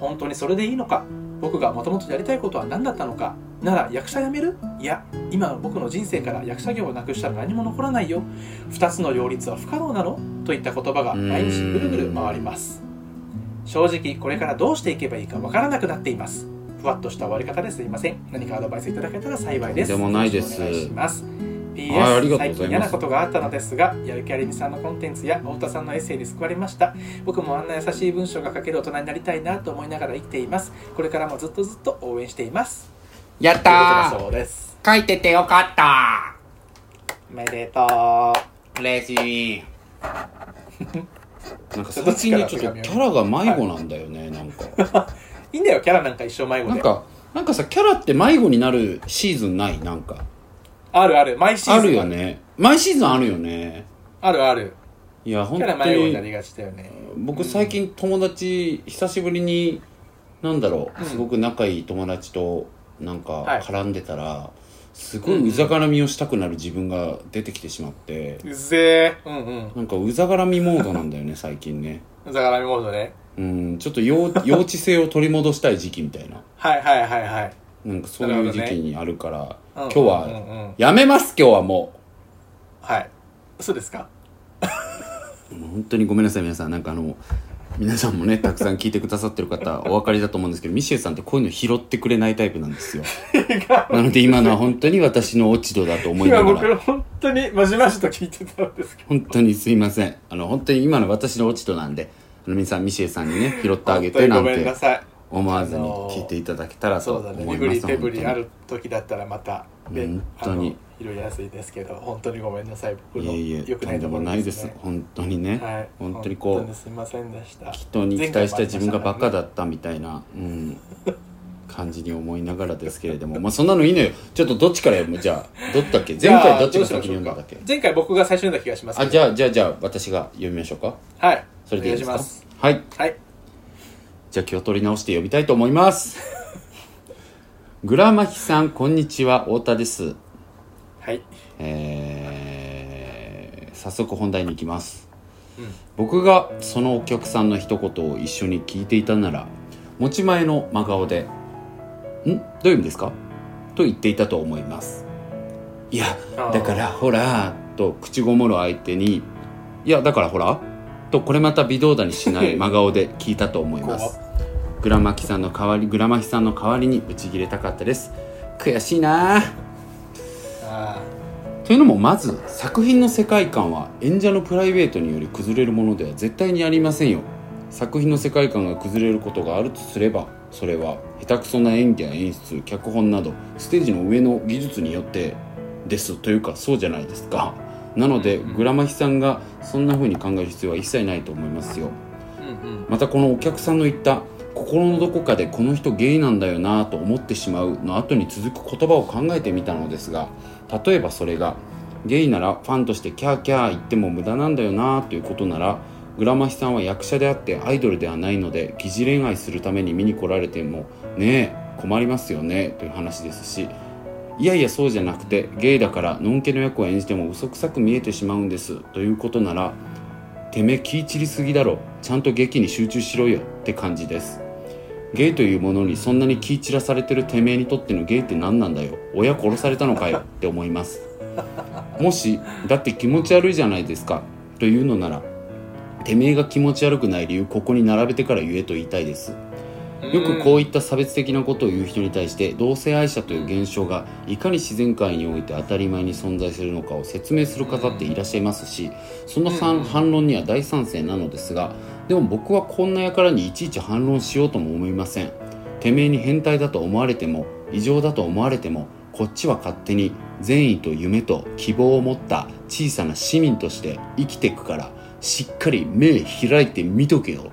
[SPEAKER 1] 本当にそれでいいのか僕がもともとやりたいことは何だったのかなら役者辞めるいや今の僕の人生から役者業をなくしたら何も残らないよ2つの両立は不可能なのといった言葉が毎日ぐるぐる回ります正直これからどうしていけばいいかわからなくなっていますふわっとした終わり方ですいません何かアドバイスいただけたら幸いです
[SPEAKER 2] とんでもないです
[SPEAKER 1] よろしくお願いします
[SPEAKER 2] はいありがとうございます
[SPEAKER 1] PS 最近嫌なことがあったのですがやる気ありみさんのコンテンツや太田さんのエッセイに救われました僕もあんな優しい文章が書ける大人になりたいなと思いながら生きていますこれからもずっとずっと応援しています
[SPEAKER 2] やっ
[SPEAKER 1] ということ
[SPEAKER 2] た
[SPEAKER 1] だそうです
[SPEAKER 2] ー書いててよかった
[SPEAKER 1] おめでとう
[SPEAKER 2] ー嬉しいなんか
[SPEAKER 1] ちょっと
[SPEAKER 2] 最近ねちょっ
[SPEAKER 1] 力
[SPEAKER 2] と
[SPEAKER 1] が
[SPEAKER 2] キャラが迷子なんだよね、なん か
[SPEAKER 1] いいんだよキャラなんか一生迷子
[SPEAKER 2] なん
[SPEAKER 1] で
[SPEAKER 2] かなんかさキャラって迷子になるシーズンないなんか
[SPEAKER 1] あるある毎シーズン
[SPEAKER 2] あるよね毎シーズンあるよね
[SPEAKER 1] あるある
[SPEAKER 2] いや本
[SPEAKER 1] キャラ
[SPEAKER 2] 当
[SPEAKER 1] 迷子にな
[SPEAKER 2] に
[SPEAKER 1] りがちだよね
[SPEAKER 2] 僕最近友達久しぶりになんだろうすごく仲いい友達となんか
[SPEAKER 1] はい
[SPEAKER 2] 絡んでたらすごいうざがらみをしたくなる自分が出てきてしまって
[SPEAKER 1] うぜえうんうん
[SPEAKER 2] なんかうざがらみモードなんだよね最近ね
[SPEAKER 1] うざがらみモードね
[SPEAKER 2] うんちょっと幼幼稚性を取り戻したい時期みたいな
[SPEAKER 1] はいはいはいはい
[SPEAKER 2] なんかそういう時
[SPEAKER 1] なるほ
[SPEAKER 2] 期
[SPEAKER 1] ど
[SPEAKER 2] にあるから
[SPEAKER 1] う
[SPEAKER 2] 今
[SPEAKER 1] ん
[SPEAKER 2] 日
[SPEAKER 1] うん
[SPEAKER 2] は
[SPEAKER 1] うん
[SPEAKER 2] やめます今日はもう
[SPEAKER 1] はいそうですか
[SPEAKER 2] 本当にごめんなさい皆さんなんかあの皆さんもねたくさん聞いてくださってる 方お分かりだと思うんですけどミシェルさんってこういうの拾ってくれないタイプなんですよなので今のは本当に私の落ち度だと思い
[SPEAKER 1] 今
[SPEAKER 2] なが
[SPEAKER 1] 僕
[SPEAKER 2] ら
[SPEAKER 1] 本当にまじまじと聞いてたんですけど
[SPEAKER 2] 本当にすいませんあの本当に今の私の落ち度なんであの皆さんミシェルさんにね拾ってあげ
[SPEAKER 1] 本当
[SPEAKER 2] て
[SPEAKER 1] に
[SPEAKER 2] な
[SPEAKER 1] ご
[SPEAKER 2] ん
[SPEAKER 1] めん
[SPEAKER 2] て
[SPEAKER 1] なさい
[SPEAKER 2] 思わずに聞いていただけたらと
[SPEAKER 1] そう
[SPEAKER 2] 思
[SPEAKER 1] だ
[SPEAKER 2] い
[SPEAKER 1] ね
[SPEAKER 2] ま
[SPEAKER 1] 身
[SPEAKER 2] す
[SPEAKER 1] 振り手振
[SPEAKER 2] 本
[SPEAKER 1] り
[SPEAKER 2] 当
[SPEAKER 1] あ
[SPEAKER 2] に
[SPEAKER 1] る時だったらまたで
[SPEAKER 2] 本
[SPEAKER 1] あ
[SPEAKER 2] 当
[SPEAKER 1] の
[SPEAKER 2] に
[SPEAKER 1] 拾いやすいですけど本当にごめんなさい僕
[SPEAKER 2] い
[SPEAKER 1] の
[SPEAKER 2] えいえ
[SPEAKER 1] 良く
[SPEAKER 2] と
[SPEAKER 1] なんい
[SPEAKER 2] で
[SPEAKER 1] とこ
[SPEAKER 2] も
[SPEAKER 1] ろ
[SPEAKER 2] ないです
[SPEAKER 1] ね
[SPEAKER 2] 本当にね、
[SPEAKER 1] はい
[SPEAKER 2] 本当にこう
[SPEAKER 1] 本当すいませんでした
[SPEAKER 2] 人に期待した自分がバカだったみたいな、 うん、感じに思いながらですけれどもまあそんなのいいのよちょっとどっちから読むじゃあどっだっけ前回どっちが先に読んだんだっけ
[SPEAKER 1] じゃあ前回僕が最初に読んだ気がします
[SPEAKER 2] あじゃあじゃあじゃあ私が読みましょうか
[SPEAKER 1] あはい
[SPEAKER 2] それでいいです
[SPEAKER 1] お願
[SPEAKER 2] か
[SPEAKER 1] いします
[SPEAKER 2] はい
[SPEAKER 1] はい
[SPEAKER 2] じゃあ気を取り直して呼びたいと思います グラマヒさんこんにちは太田です
[SPEAKER 1] はい
[SPEAKER 2] えー早速本題に行きます、
[SPEAKER 1] うん
[SPEAKER 2] 僕がそのお客さんの一言を一緒に聞いていたなら持ち前の真顔で「んどういう意味ですか?」と言っていたと思いますいや
[SPEAKER 1] あー
[SPEAKER 2] だからほらと口ごもる相手に「いやだからほら」とこれまた微動だにしない真顔で聞いたと思いますグラマキさんの代わりグラマキさんの代わりにブチ切れたかったです悔しいなあ
[SPEAKER 1] あ
[SPEAKER 2] というのもまず作品の世界観は演者のプライベートにより崩れるものでは絶対にありませんよ作品の世界観が崩れることがあるとすればそれは下手くそな演技や演出脚本などステージの上の技術によってですというかそうじゃないですかなのでグラマヒさんがそんな風に考える必要は一切ないと思いますよ
[SPEAKER 1] ーうんうん
[SPEAKER 2] またこのお客さんの言った心のどこかでこの人ゲイなんだよなぁと思ってしまうの後に続く言葉を考えてみたのですが例えばそれがゲイならファンとしてキャーキャー言っても無駄なんだよなぁということならグラマヒさんは役者であってアイドルではないので疑似恋愛するために見に来られてもねえ困りますよねという話ですしいやいやそうじゃなくてゲイだからのんけの役を演じても嘘くさく見えてしまうんですということならてめえ気散りすぎだろちゃんと劇に集中しろよって感じですゲイというものにそんなに気散らされてるてめえにとってのゲイって何なんだよ親殺されたのかよって思いますもしだって気持ち悪いじゃないですかというのならてめえが気持ち悪くない理由ここに並べてから言えと言いたいですよくこういった差別的なことを言う人に対して同性愛者という現象がいかに自然界において当たり前に存在するのかを説明する方っていらっしゃいますしその
[SPEAKER 1] うんう
[SPEAKER 2] 反
[SPEAKER 1] ん
[SPEAKER 2] 反論には大賛成なのですがでも僕はこんな輩にいちいち反論しようとも思いませんてめえに変態だと思われても異常だと思われてもこっちは勝手に善意と夢と希望を持った小さな市民として生きていくからしっかり目開いて見とけよ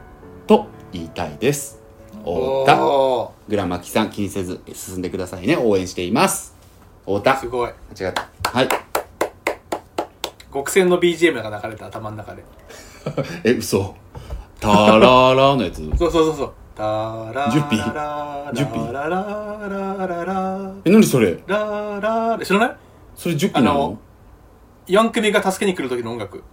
[SPEAKER 2] と言いたいです太田
[SPEAKER 1] お
[SPEAKER 2] グラマキさん気にせず進んでくださいね応援しています太田
[SPEAKER 1] ーすごい
[SPEAKER 2] 間違ったはい
[SPEAKER 1] 極戦の BGM が流れた頭の中で
[SPEAKER 2] え嘘タララのやつ。
[SPEAKER 1] そうそうそうそう。タラ
[SPEAKER 2] ジュピ
[SPEAKER 1] ララ
[SPEAKER 2] ジュピ
[SPEAKER 1] ラララララ
[SPEAKER 2] え、何それ
[SPEAKER 1] ラララ知らない
[SPEAKER 2] それジュピな
[SPEAKER 1] あ
[SPEAKER 2] の
[SPEAKER 1] の四組が助けに来る時の音楽。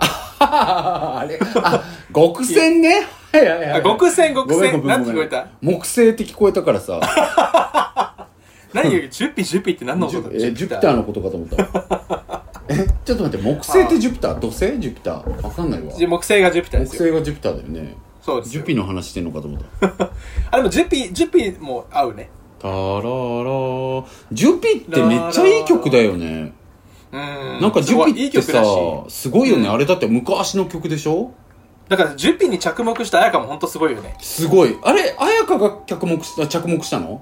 [SPEAKER 2] ああれあ、極戦ね。はいはいは
[SPEAKER 1] あ、
[SPEAKER 2] い。
[SPEAKER 1] 極戦極
[SPEAKER 2] ごめん
[SPEAKER 1] 戦。
[SPEAKER 2] ごめんご
[SPEAKER 1] 何て聞
[SPEAKER 2] め
[SPEAKER 1] こ
[SPEAKER 2] ん
[SPEAKER 1] えた
[SPEAKER 2] 木星って聞こえたから さ、
[SPEAKER 1] 何よりジュピジュピって何の
[SPEAKER 2] ジ
[SPEAKER 1] 音だ
[SPEAKER 2] ュえジュピター
[SPEAKER 1] ー。
[SPEAKER 2] のことかと思った。 え、ちょっと待って、木星ってジュピター土星ジュピターわかんないわ。
[SPEAKER 1] じ
[SPEAKER 2] 木
[SPEAKER 1] 木星がジュピターですよ。
[SPEAKER 2] 星がジュピターだよね。
[SPEAKER 1] そうです
[SPEAKER 2] ジ
[SPEAKER 1] よ
[SPEAKER 2] ュ。ピの話してんのかと思った。
[SPEAKER 1] あ、でもジュピ、ジュピも合うね。
[SPEAKER 2] タララジュピってめっちゃいい曲だよね。
[SPEAKER 1] うん。
[SPEAKER 2] なんかジュピって
[SPEAKER 1] すご
[SPEAKER 2] さ
[SPEAKER 1] いいい、
[SPEAKER 2] すごいよね。
[SPEAKER 1] うん
[SPEAKER 2] あれだって昔の曲でしょ
[SPEAKER 1] だからジュピに着目した彩香も本当すごいよね。
[SPEAKER 2] すごい。あれ、彩香が着目した、着目したの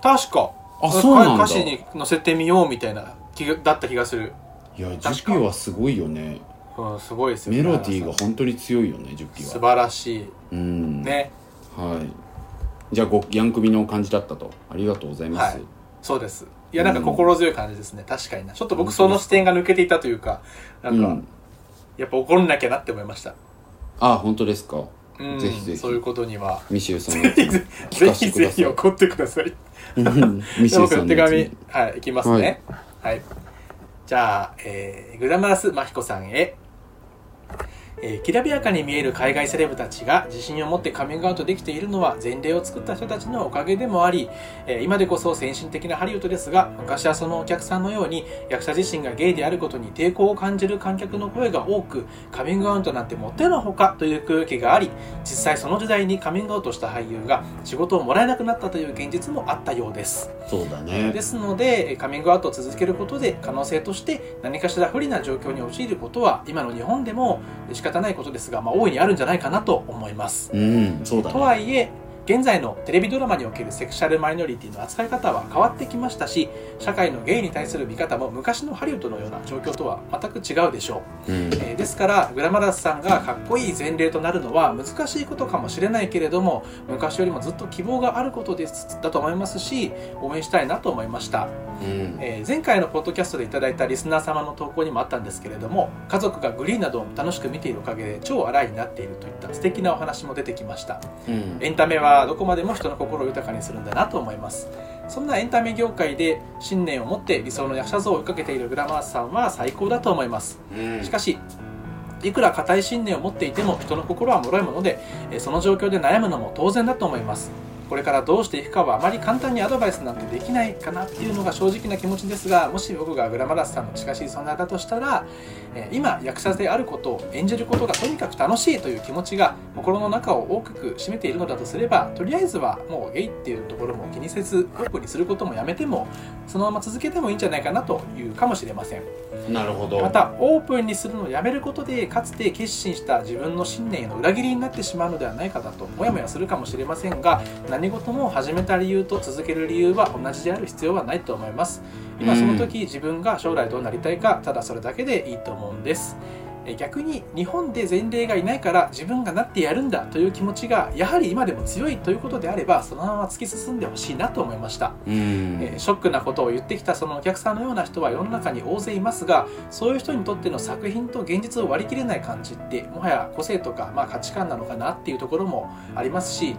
[SPEAKER 1] 確か。
[SPEAKER 2] あそうなんだ
[SPEAKER 1] 歌詞に載せてみようみたいな気がだった気がする。
[SPEAKER 2] いや、ジ
[SPEAKER 1] か
[SPEAKER 2] ュピはすごいよね。
[SPEAKER 1] うん、すごいですよ
[SPEAKER 2] メロディーが本当に強いよね、ジュピ
[SPEAKER 1] 素
[SPEAKER 2] は。
[SPEAKER 1] 晴らしい。
[SPEAKER 2] うん。
[SPEAKER 1] ね。
[SPEAKER 2] はい。じゃあ、ご、ヤンクビの感じだったと。ありがとうございます。
[SPEAKER 1] はいそうです。いや、なんか心強い感じですね。確かにな。ちょっと僕その視点が抜けていたというか、な
[SPEAKER 2] うん
[SPEAKER 1] か
[SPEAKER 2] ん、。
[SPEAKER 1] やっぱ怒んなきゃなって思いました。
[SPEAKER 2] あ、本当ですか。
[SPEAKER 1] うん。
[SPEAKER 2] ぜひぜひ
[SPEAKER 1] そういうことには。
[SPEAKER 2] ミシューさんのやつ
[SPEAKER 1] ぜひぜ
[SPEAKER 2] かせ
[SPEAKER 1] ひ
[SPEAKER 2] てくだ
[SPEAKER 1] ぜ
[SPEAKER 2] さい
[SPEAKER 1] ひ怒ってください。
[SPEAKER 2] うんミシ
[SPEAKER 1] じゃ
[SPEAKER 2] ュ
[SPEAKER 1] あ
[SPEAKER 2] ーさ
[SPEAKER 1] 僕
[SPEAKER 2] んの
[SPEAKER 1] 手
[SPEAKER 2] やつに
[SPEAKER 1] 紙、はい、いきますね。はい。じゃあ、えー、グラマラスマヒコさんへ。えー、きらびやかに見える海外セレブたちが自信を持ってカミングアウトできているのは前例を作った人たちのおかげでもあり、えー今でこそ先進的なハリウッドですが昔はそのお客さんのように役者自身がゲイであることに抵抗を感じる観客の声が多くカミングアウトなんてもってのほかという空気があり実際その時代にカミングアウトした俳優が仕事をもらえなくなったという現実もあったようです。
[SPEAKER 2] そうだね
[SPEAKER 1] で。すのでえーカミングアウトを続けることで可能性として何かしら不利な状況に陥ることは今の日本でもえー仕方ないことですが、まあ、大いにあるんじゃないかなと思います。
[SPEAKER 2] うん、そうだ
[SPEAKER 1] と
[SPEAKER 2] ね。
[SPEAKER 1] はいえ現在のテレビドラマにおけるセクシャルマイノリティの扱い方は変わってきましたし社会のゲイに対する見方も昔のハリウッドのような状況とは全く違うでしょ
[SPEAKER 2] う
[SPEAKER 1] う。
[SPEAKER 2] ん。
[SPEAKER 1] えーですからグラマラスさんがかっこいい前例となるのは難しいことかもしれないけれども昔よりもずっと希望があることですだと思いますし応援したいなと思いました、
[SPEAKER 2] うん
[SPEAKER 1] えー前回のポッドキャストでいただいたリスナー様の投稿にもあったんですけれども家族がグリーンなどを楽しく見ているおかげで超荒いになっているといった素敵なお話も出てきました
[SPEAKER 2] うん
[SPEAKER 1] エンタメはどこまでも人の心を豊かにするんだなと思いますそんなエンタメ業界で信念を持って理想の役者像を追いかけているグラマラスさんは最高だと思います
[SPEAKER 2] うん
[SPEAKER 1] しかしいくら固い信念を持っていても人の心は脆いものでえーその状況で悩むのも当然だと思いますこれからどうしていくかはあまり簡単にアドバイスなんてできないかなっていうのが正直な気持ちですがもし僕がグラマラスさんの近しい存在だとしたらえー今役者であることを演じることがとにかく楽しいという気持ちが心の中を大きく占めているのだとすればとりあえずはもうゲイっていうところも気にせずオープンにすることもやめてもそのまま続けてもいいんじゃないかなというかもしれません
[SPEAKER 2] なるほど。
[SPEAKER 1] またオープンにするのをやめることでかつて決心した自分の信念への裏切りになってしまうのではないかだともやもやするかもしれませんが何事も始めた理由と続ける理由は同じである必要はないと思います今その時自分が将来どうなりたいかただそれだけでいいと思うんですえ逆に日本で前例がいないから自分がなってやるんだという気持ちがやはり今でも強いということであればそのまま突き進んでほしいなと思いました
[SPEAKER 2] うん。
[SPEAKER 1] えーショックなことを言ってきたそのお客さんのような人は世の中に大勢いますがそういう人にとっての作品と現実を割り切れない感じってもはや個性とか、まあ、価値観なのかなっていうところもありますし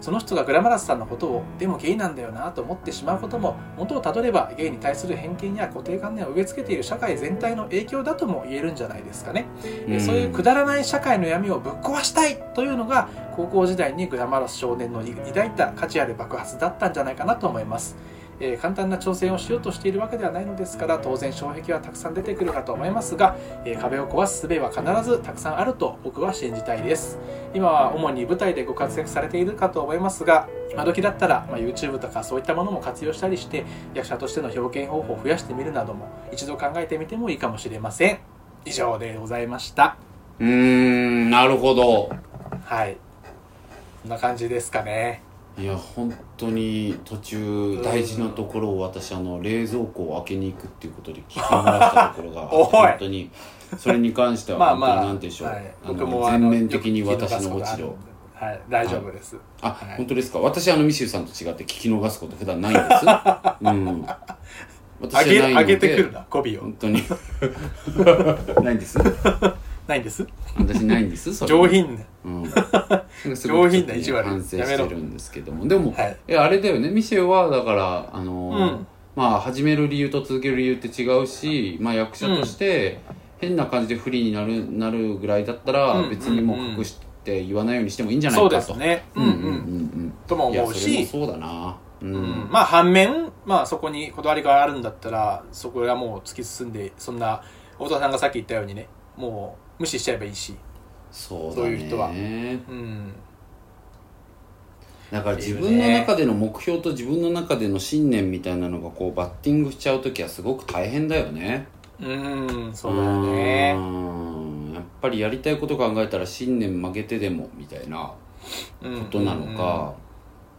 [SPEAKER 1] その人がグラマラスさんのことをでもゲイなんだよなと思ってしまうことも元をたどればゲイに対する偏見や固定観念を植え付けている社会全体の影響だとも言えるんじゃないですかね。えーそういうくだらない社会の闇をぶっ壊したいというのが高校時代にグラマラス少年の抱いた価値ある爆発だったんじゃないかなと思います、えー簡単な挑戦をしようとしているわけではないのですから当然障壁はたくさん出てくるかと思いますが、えー壁を壊す術は必ずたくさんあると僕は信じたいです今は主に舞台でご活躍されているかと思いますが今時だったら、まあ、YouTube とかそういったものも活用したりして役者としての表現方法を増やしてみるなども一度考えてみてもいいかもしれません以上でございました
[SPEAKER 2] うーん、なるほど。
[SPEAKER 1] はい。こんな感じですかね。
[SPEAKER 2] いや本当に途中大事なところを私あの冷蔵庫を開けに行くっていうことで聞き漏らしたところが
[SPEAKER 1] おい
[SPEAKER 2] 本当にそれに関して
[SPEAKER 1] ま
[SPEAKER 2] は
[SPEAKER 1] あ
[SPEAKER 2] 本当に
[SPEAKER 1] まあ、
[SPEAKER 2] 何でしょう、
[SPEAKER 1] はい
[SPEAKER 2] あ
[SPEAKER 1] 僕
[SPEAKER 2] の
[SPEAKER 1] もあの
[SPEAKER 2] 全面的に私の
[SPEAKER 1] よく聞
[SPEAKER 2] 落ち度
[SPEAKER 1] き逃すことあるんではい、大丈夫です。
[SPEAKER 2] あ、
[SPEAKER 1] はい
[SPEAKER 2] 本当ですか私あのミシューさんと違って聞き逃すこと普段ないん ですうん私
[SPEAKER 1] 上げ、
[SPEAKER 2] はない
[SPEAKER 1] 上
[SPEAKER 2] ので
[SPEAKER 1] げてくるな、語尾を。
[SPEAKER 2] 本当にないんです
[SPEAKER 1] ないんです
[SPEAKER 2] 私ないんですそれ
[SPEAKER 1] 上品な
[SPEAKER 2] うん、なんかすごくちょっと
[SPEAKER 1] 上品
[SPEAKER 2] ね
[SPEAKER 1] な意地悪
[SPEAKER 2] 反省し
[SPEAKER 1] やめろ
[SPEAKER 2] てるんですけどもでも、
[SPEAKER 1] はい
[SPEAKER 2] えあれだよねミシェはだからあのー
[SPEAKER 1] うん
[SPEAKER 2] まあ始める理由と続ける理由って違うし、まあ、役者として変な感じでフリーになるなるぐらいだった
[SPEAKER 1] う
[SPEAKER 2] ら
[SPEAKER 1] ん
[SPEAKER 2] 別にもう隠して言わないようにしてもいいんじゃない
[SPEAKER 1] そ
[SPEAKER 2] か
[SPEAKER 1] う
[SPEAKER 2] と
[SPEAKER 1] ですねうん
[SPEAKER 2] う
[SPEAKER 1] うん
[SPEAKER 2] んうんうん
[SPEAKER 1] とも
[SPEAKER 2] うんいや
[SPEAKER 1] 思う
[SPEAKER 2] それも
[SPEAKER 1] し
[SPEAKER 2] そうだなうん、
[SPEAKER 1] うんまあ反面、まあ、そこに断りがあるんだったらそこがもう突き進んでそんな太田さんがさっき言ったようにねもう無視しちゃえばいいし、
[SPEAKER 2] そうだ
[SPEAKER 1] そう
[SPEAKER 2] ね
[SPEAKER 1] いう人はうん、
[SPEAKER 2] だから自分の中での目標と自分の中での信念みたいなのがこうバッティングしちゃう時はすごく大変だよね
[SPEAKER 1] うん、そうだよね
[SPEAKER 2] うんやっぱりやりたいこと考えたら信念曲げてでもみたいな
[SPEAKER 1] こ
[SPEAKER 2] ことなのか、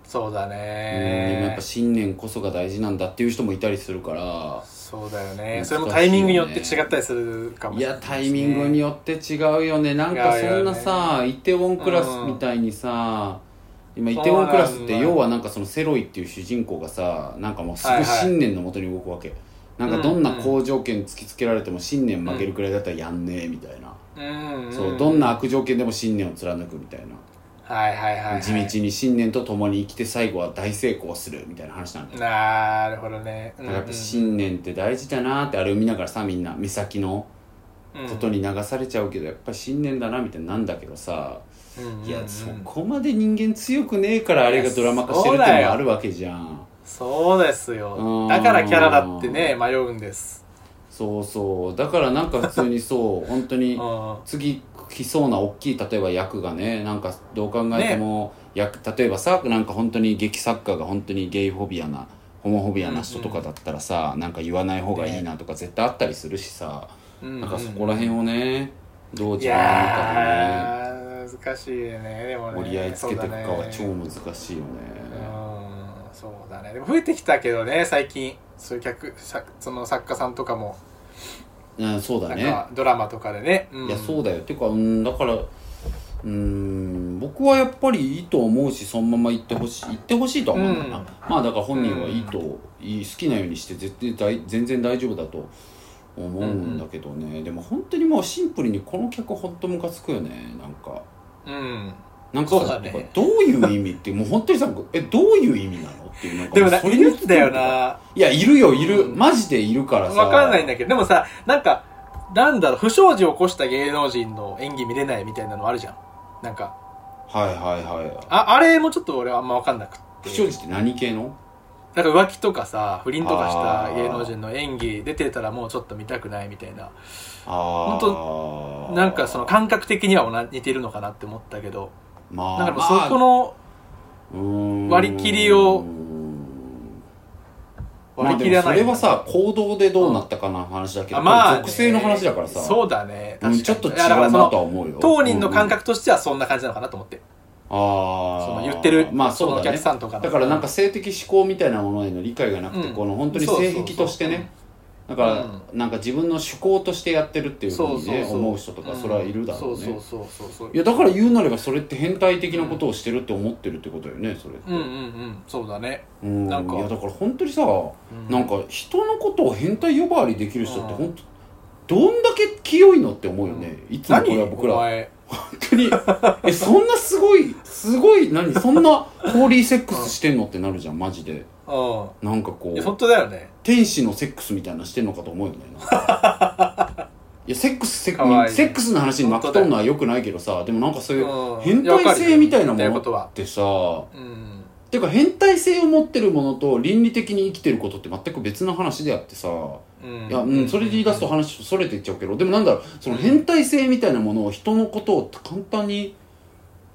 [SPEAKER 1] そうだ
[SPEAKER 2] うんでもやっ
[SPEAKER 1] ね
[SPEAKER 2] ぱ信念こそが大事なんだっていう人もいたりするから
[SPEAKER 1] そうだよ
[SPEAKER 2] 難
[SPEAKER 1] ね
[SPEAKER 2] しい
[SPEAKER 1] そ
[SPEAKER 2] よね
[SPEAKER 1] れもタイミングによって違ったりするかも
[SPEAKER 2] い
[SPEAKER 1] しれな
[SPEAKER 2] や
[SPEAKER 1] いですね
[SPEAKER 2] タイミングによって違うよねなんかそんなさイテウォンクラスみたいにさ、今イテウォンクラスっ
[SPEAKER 1] そうな
[SPEAKER 2] て
[SPEAKER 1] んだ
[SPEAKER 2] 要はなんかそのセロイっていう主人公がさなんかもうす
[SPEAKER 1] はい
[SPEAKER 2] ぐ
[SPEAKER 1] はい
[SPEAKER 2] 信念のもとに動くわけ、なんかどんな好条件突きつけられても信念曲げるくらいだったらやんねえみたいな、
[SPEAKER 1] うんうん
[SPEAKER 2] そうどんな悪条件でも信念を貫くみたいな、
[SPEAKER 1] はいはいはい、はい、
[SPEAKER 2] 地道に信念と共に生きて最後は大成功するみたいな話なんだよ、
[SPEAKER 1] なるほどね
[SPEAKER 2] だからやっぱ信念って大事だなってあれを見ながらさみんな目先のこと
[SPEAKER 1] に、
[SPEAKER 2] に流されちゃうけどやっぱ信念だなみたいになんだけどさ、
[SPEAKER 1] うんうんうん
[SPEAKER 2] いやそこまで人間強くねえからあれがドラマ化してるっていうのもあるわけじゃん
[SPEAKER 1] そうです
[SPEAKER 2] う
[SPEAKER 1] よ
[SPEAKER 2] ん
[SPEAKER 1] だからキャラだってね迷うんです
[SPEAKER 2] そうそうだからなんか普通にそう本当
[SPEAKER 1] う
[SPEAKER 2] に
[SPEAKER 1] んは
[SPEAKER 2] 次来そうな大きい例えば役がねなんかどう考えても、役例えばさなんか本当に劇作家が本当にゲイフォビアなホモフォビアな人とかだったらさ、なんか言わない方がいいなとか絶対あったりするしさ、なんかそこら辺をねどう
[SPEAKER 1] い
[SPEAKER 2] 自分の中
[SPEAKER 1] やー難しいねでも
[SPEAKER 2] でね
[SPEAKER 1] ね
[SPEAKER 2] 折り合いつけていくかは超
[SPEAKER 1] そうだね
[SPEAKER 2] 難しいよね
[SPEAKER 1] うんそうだねでも増えてきたけどね最近そういう客さその作家さんとかも
[SPEAKER 2] うんそうだ
[SPEAKER 1] なん
[SPEAKER 2] ね
[SPEAKER 1] かドラマとかでね
[SPEAKER 2] いやそううだよてかうんだからうん僕はやっぱりいいと思うしそのまま行ってほしい行ってほしいとは思うんだな、
[SPEAKER 1] うん
[SPEAKER 2] まあだから本人はいいと、いい好きなようにして絶対大全然大丈夫だと思うんだけどね、でも本当にもうシンプルにこの客本当ムカつくよねなんか
[SPEAKER 1] うん
[SPEAKER 2] なんか
[SPEAKER 1] そう
[SPEAKER 2] さ
[SPEAKER 1] だね
[SPEAKER 2] てかどういう意味ってもう本当にさえどういう意味なのっていうなんか
[SPEAKER 1] でもな
[SPEAKER 2] そ
[SPEAKER 1] い
[SPEAKER 2] れに
[SPEAKER 1] るんだよない
[SPEAKER 2] やいるよいる、
[SPEAKER 1] うん
[SPEAKER 2] マジでいるからさ
[SPEAKER 1] わかんないんだけど、でもさ、なんか、なんだろう、不祥事を起こした芸能人の演技見れないみたいなのあるじゃん。なんか、
[SPEAKER 2] はいはいはい
[SPEAKER 1] あ、あれもちょっと俺はあんまわかんなく
[SPEAKER 2] 不祥
[SPEAKER 1] て。
[SPEAKER 2] 事って何系の
[SPEAKER 1] なんか浮気とかさ、不倫とかした芸能人の演技出てたらもうちょっと見たくないみたいな。
[SPEAKER 2] ああー
[SPEAKER 1] なんかその感覚的には同じ似てるのかなって思ったけど、
[SPEAKER 2] まあ、
[SPEAKER 1] なんかそこの
[SPEAKER 2] の
[SPEAKER 1] 割り切りを割り切ら
[SPEAKER 2] まあ、
[SPEAKER 1] ない。
[SPEAKER 2] でもそれはさ行動でどうなったかな話だけど、
[SPEAKER 1] あまあね
[SPEAKER 2] 属性の話だからさ
[SPEAKER 1] そうだね。
[SPEAKER 2] うん
[SPEAKER 1] 確かに。
[SPEAKER 2] ちょっと違う
[SPEAKER 1] いやだか
[SPEAKER 2] な
[SPEAKER 1] らそ
[SPEAKER 2] と
[SPEAKER 1] の
[SPEAKER 2] は思うよ
[SPEAKER 1] 当人の
[SPEAKER 2] う
[SPEAKER 1] 感
[SPEAKER 2] んうん
[SPEAKER 1] 覚としてはそんな感じなのかなと思って。
[SPEAKER 2] ああ
[SPEAKER 1] その言ってる、
[SPEAKER 2] まあ
[SPEAKER 1] そ
[SPEAKER 2] そう
[SPEAKER 1] の
[SPEAKER 2] だ
[SPEAKER 1] お
[SPEAKER 2] ね
[SPEAKER 1] 客さんとかの
[SPEAKER 2] だからなんか性的思考みたいなものへの理解がなくて、
[SPEAKER 1] うん
[SPEAKER 2] この本当に性癖としてねだから、なんか自分の趣向としてやってるっていうふうにね思う人とかそれはいるだろうね、
[SPEAKER 1] んそうそうそうそう
[SPEAKER 2] いやだから言うなればそれって変態的なことをしてるって思ってるってことよねそれって、
[SPEAKER 1] うんうんうんそうだね、
[SPEAKER 2] うん
[SPEAKER 1] なんか
[SPEAKER 2] いやだから本当にさ、
[SPEAKER 1] うん
[SPEAKER 2] なんか人のことを変態呼ばわりできる人って
[SPEAKER 1] うん
[SPEAKER 2] 本当どんだけ清いのって思うよね、いつもこ
[SPEAKER 1] 何
[SPEAKER 2] れは僕ら
[SPEAKER 1] お
[SPEAKER 2] 本
[SPEAKER 1] 前
[SPEAKER 2] 当に えそんなすごいすごい何そんなホーリーセックスしてんのってなるじゃんマジで
[SPEAKER 1] う
[SPEAKER 2] なんかこ
[SPEAKER 1] んいや
[SPEAKER 2] う
[SPEAKER 1] 本当だよね
[SPEAKER 2] 天使のセックスみたいなのしてんのかと思うよねなんかいやセックスセ
[SPEAKER 1] か
[SPEAKER 2] ッ
[SPEAKER 1] わい
[SPEAKER 2] ク
[SPEAKER 1] い
[SPEAKER 2] スセックスの話に巻き取るのはよくないけどさでもなんかそういう
[SPEAKER 1] うん
[SPEAKER 2] 変
[SPEAKER 1] いやわか
[SPEAKER 2] 態
[SPEAKER 1] る
[SPEAKER 2] 性みたいなも
[SPEAKER 1] 言ってる
[SPEAKER 2] の
[SPEAKER 1] ことは
[SPEAKER 2] ってさ
[SPEAKER 1] うん
[SPEAKER 2] ていうか変態性を持ってるものと倫理的に生きてることって全く別の話であってさ
[SPEAKER 1] うん
[SPEAKER 2] いや、うん、それで言い出すと話それていっちゃうけどでもなんだろうその変態性みたいなものを人のことを簡単に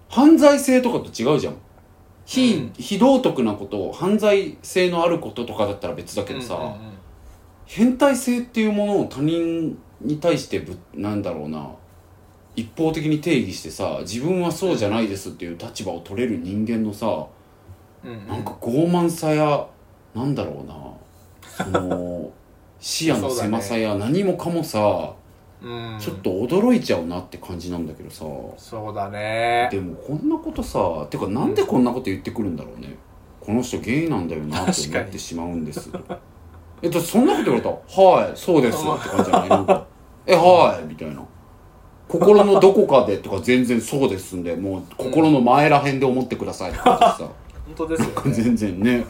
[SPEAKER 2] 犯罪性とかと違うじゃん非,、
[SPEAKER 1] うん
[SPEAKER 2] 非道徳なことを犯罪性のあることとかだったら別だけどさ、
[SPEAKER 1] うんうんうん
[SPEAKER 2] 変態性っていうものを他人に対してぶなんだろうな一方的に定義してさ自分はそうじゃないですっていう立場を取れる人間のさ
[SPEAKER 1] うんうん
[SPEAKER 2] なんか傲慢さやなんだろうなその視野の狭さや何もかもさ、
[SPEAKER 1] うん
[SPEAKER 2] ちょっと驚いちゃうなって感じなんだけどさ
[SPEAKER 1] そうだね
[SPEAKER 2] でもこんなことさてかなんでこんなこと言ってくるんだろうねこの人ゲイなんだよなって
[SPEAKER 1] 確
[SPEAKER 2] 思
[SPEAKER 1] か
[SPEAKER 2] っ
[SPEAKER 1] に
[SPEAKER 2] てしまうん ですえっ とそんなこと言われたら「はいそうです」って感じじゃないなんか「えはい」みたいな心のどこかでとか全然そうですんでもう心の前らへんで思ってくださいって感 じで
[SPEAKER 1] 本当ですよ、ね、
[SPEAKER 2] さ全然ね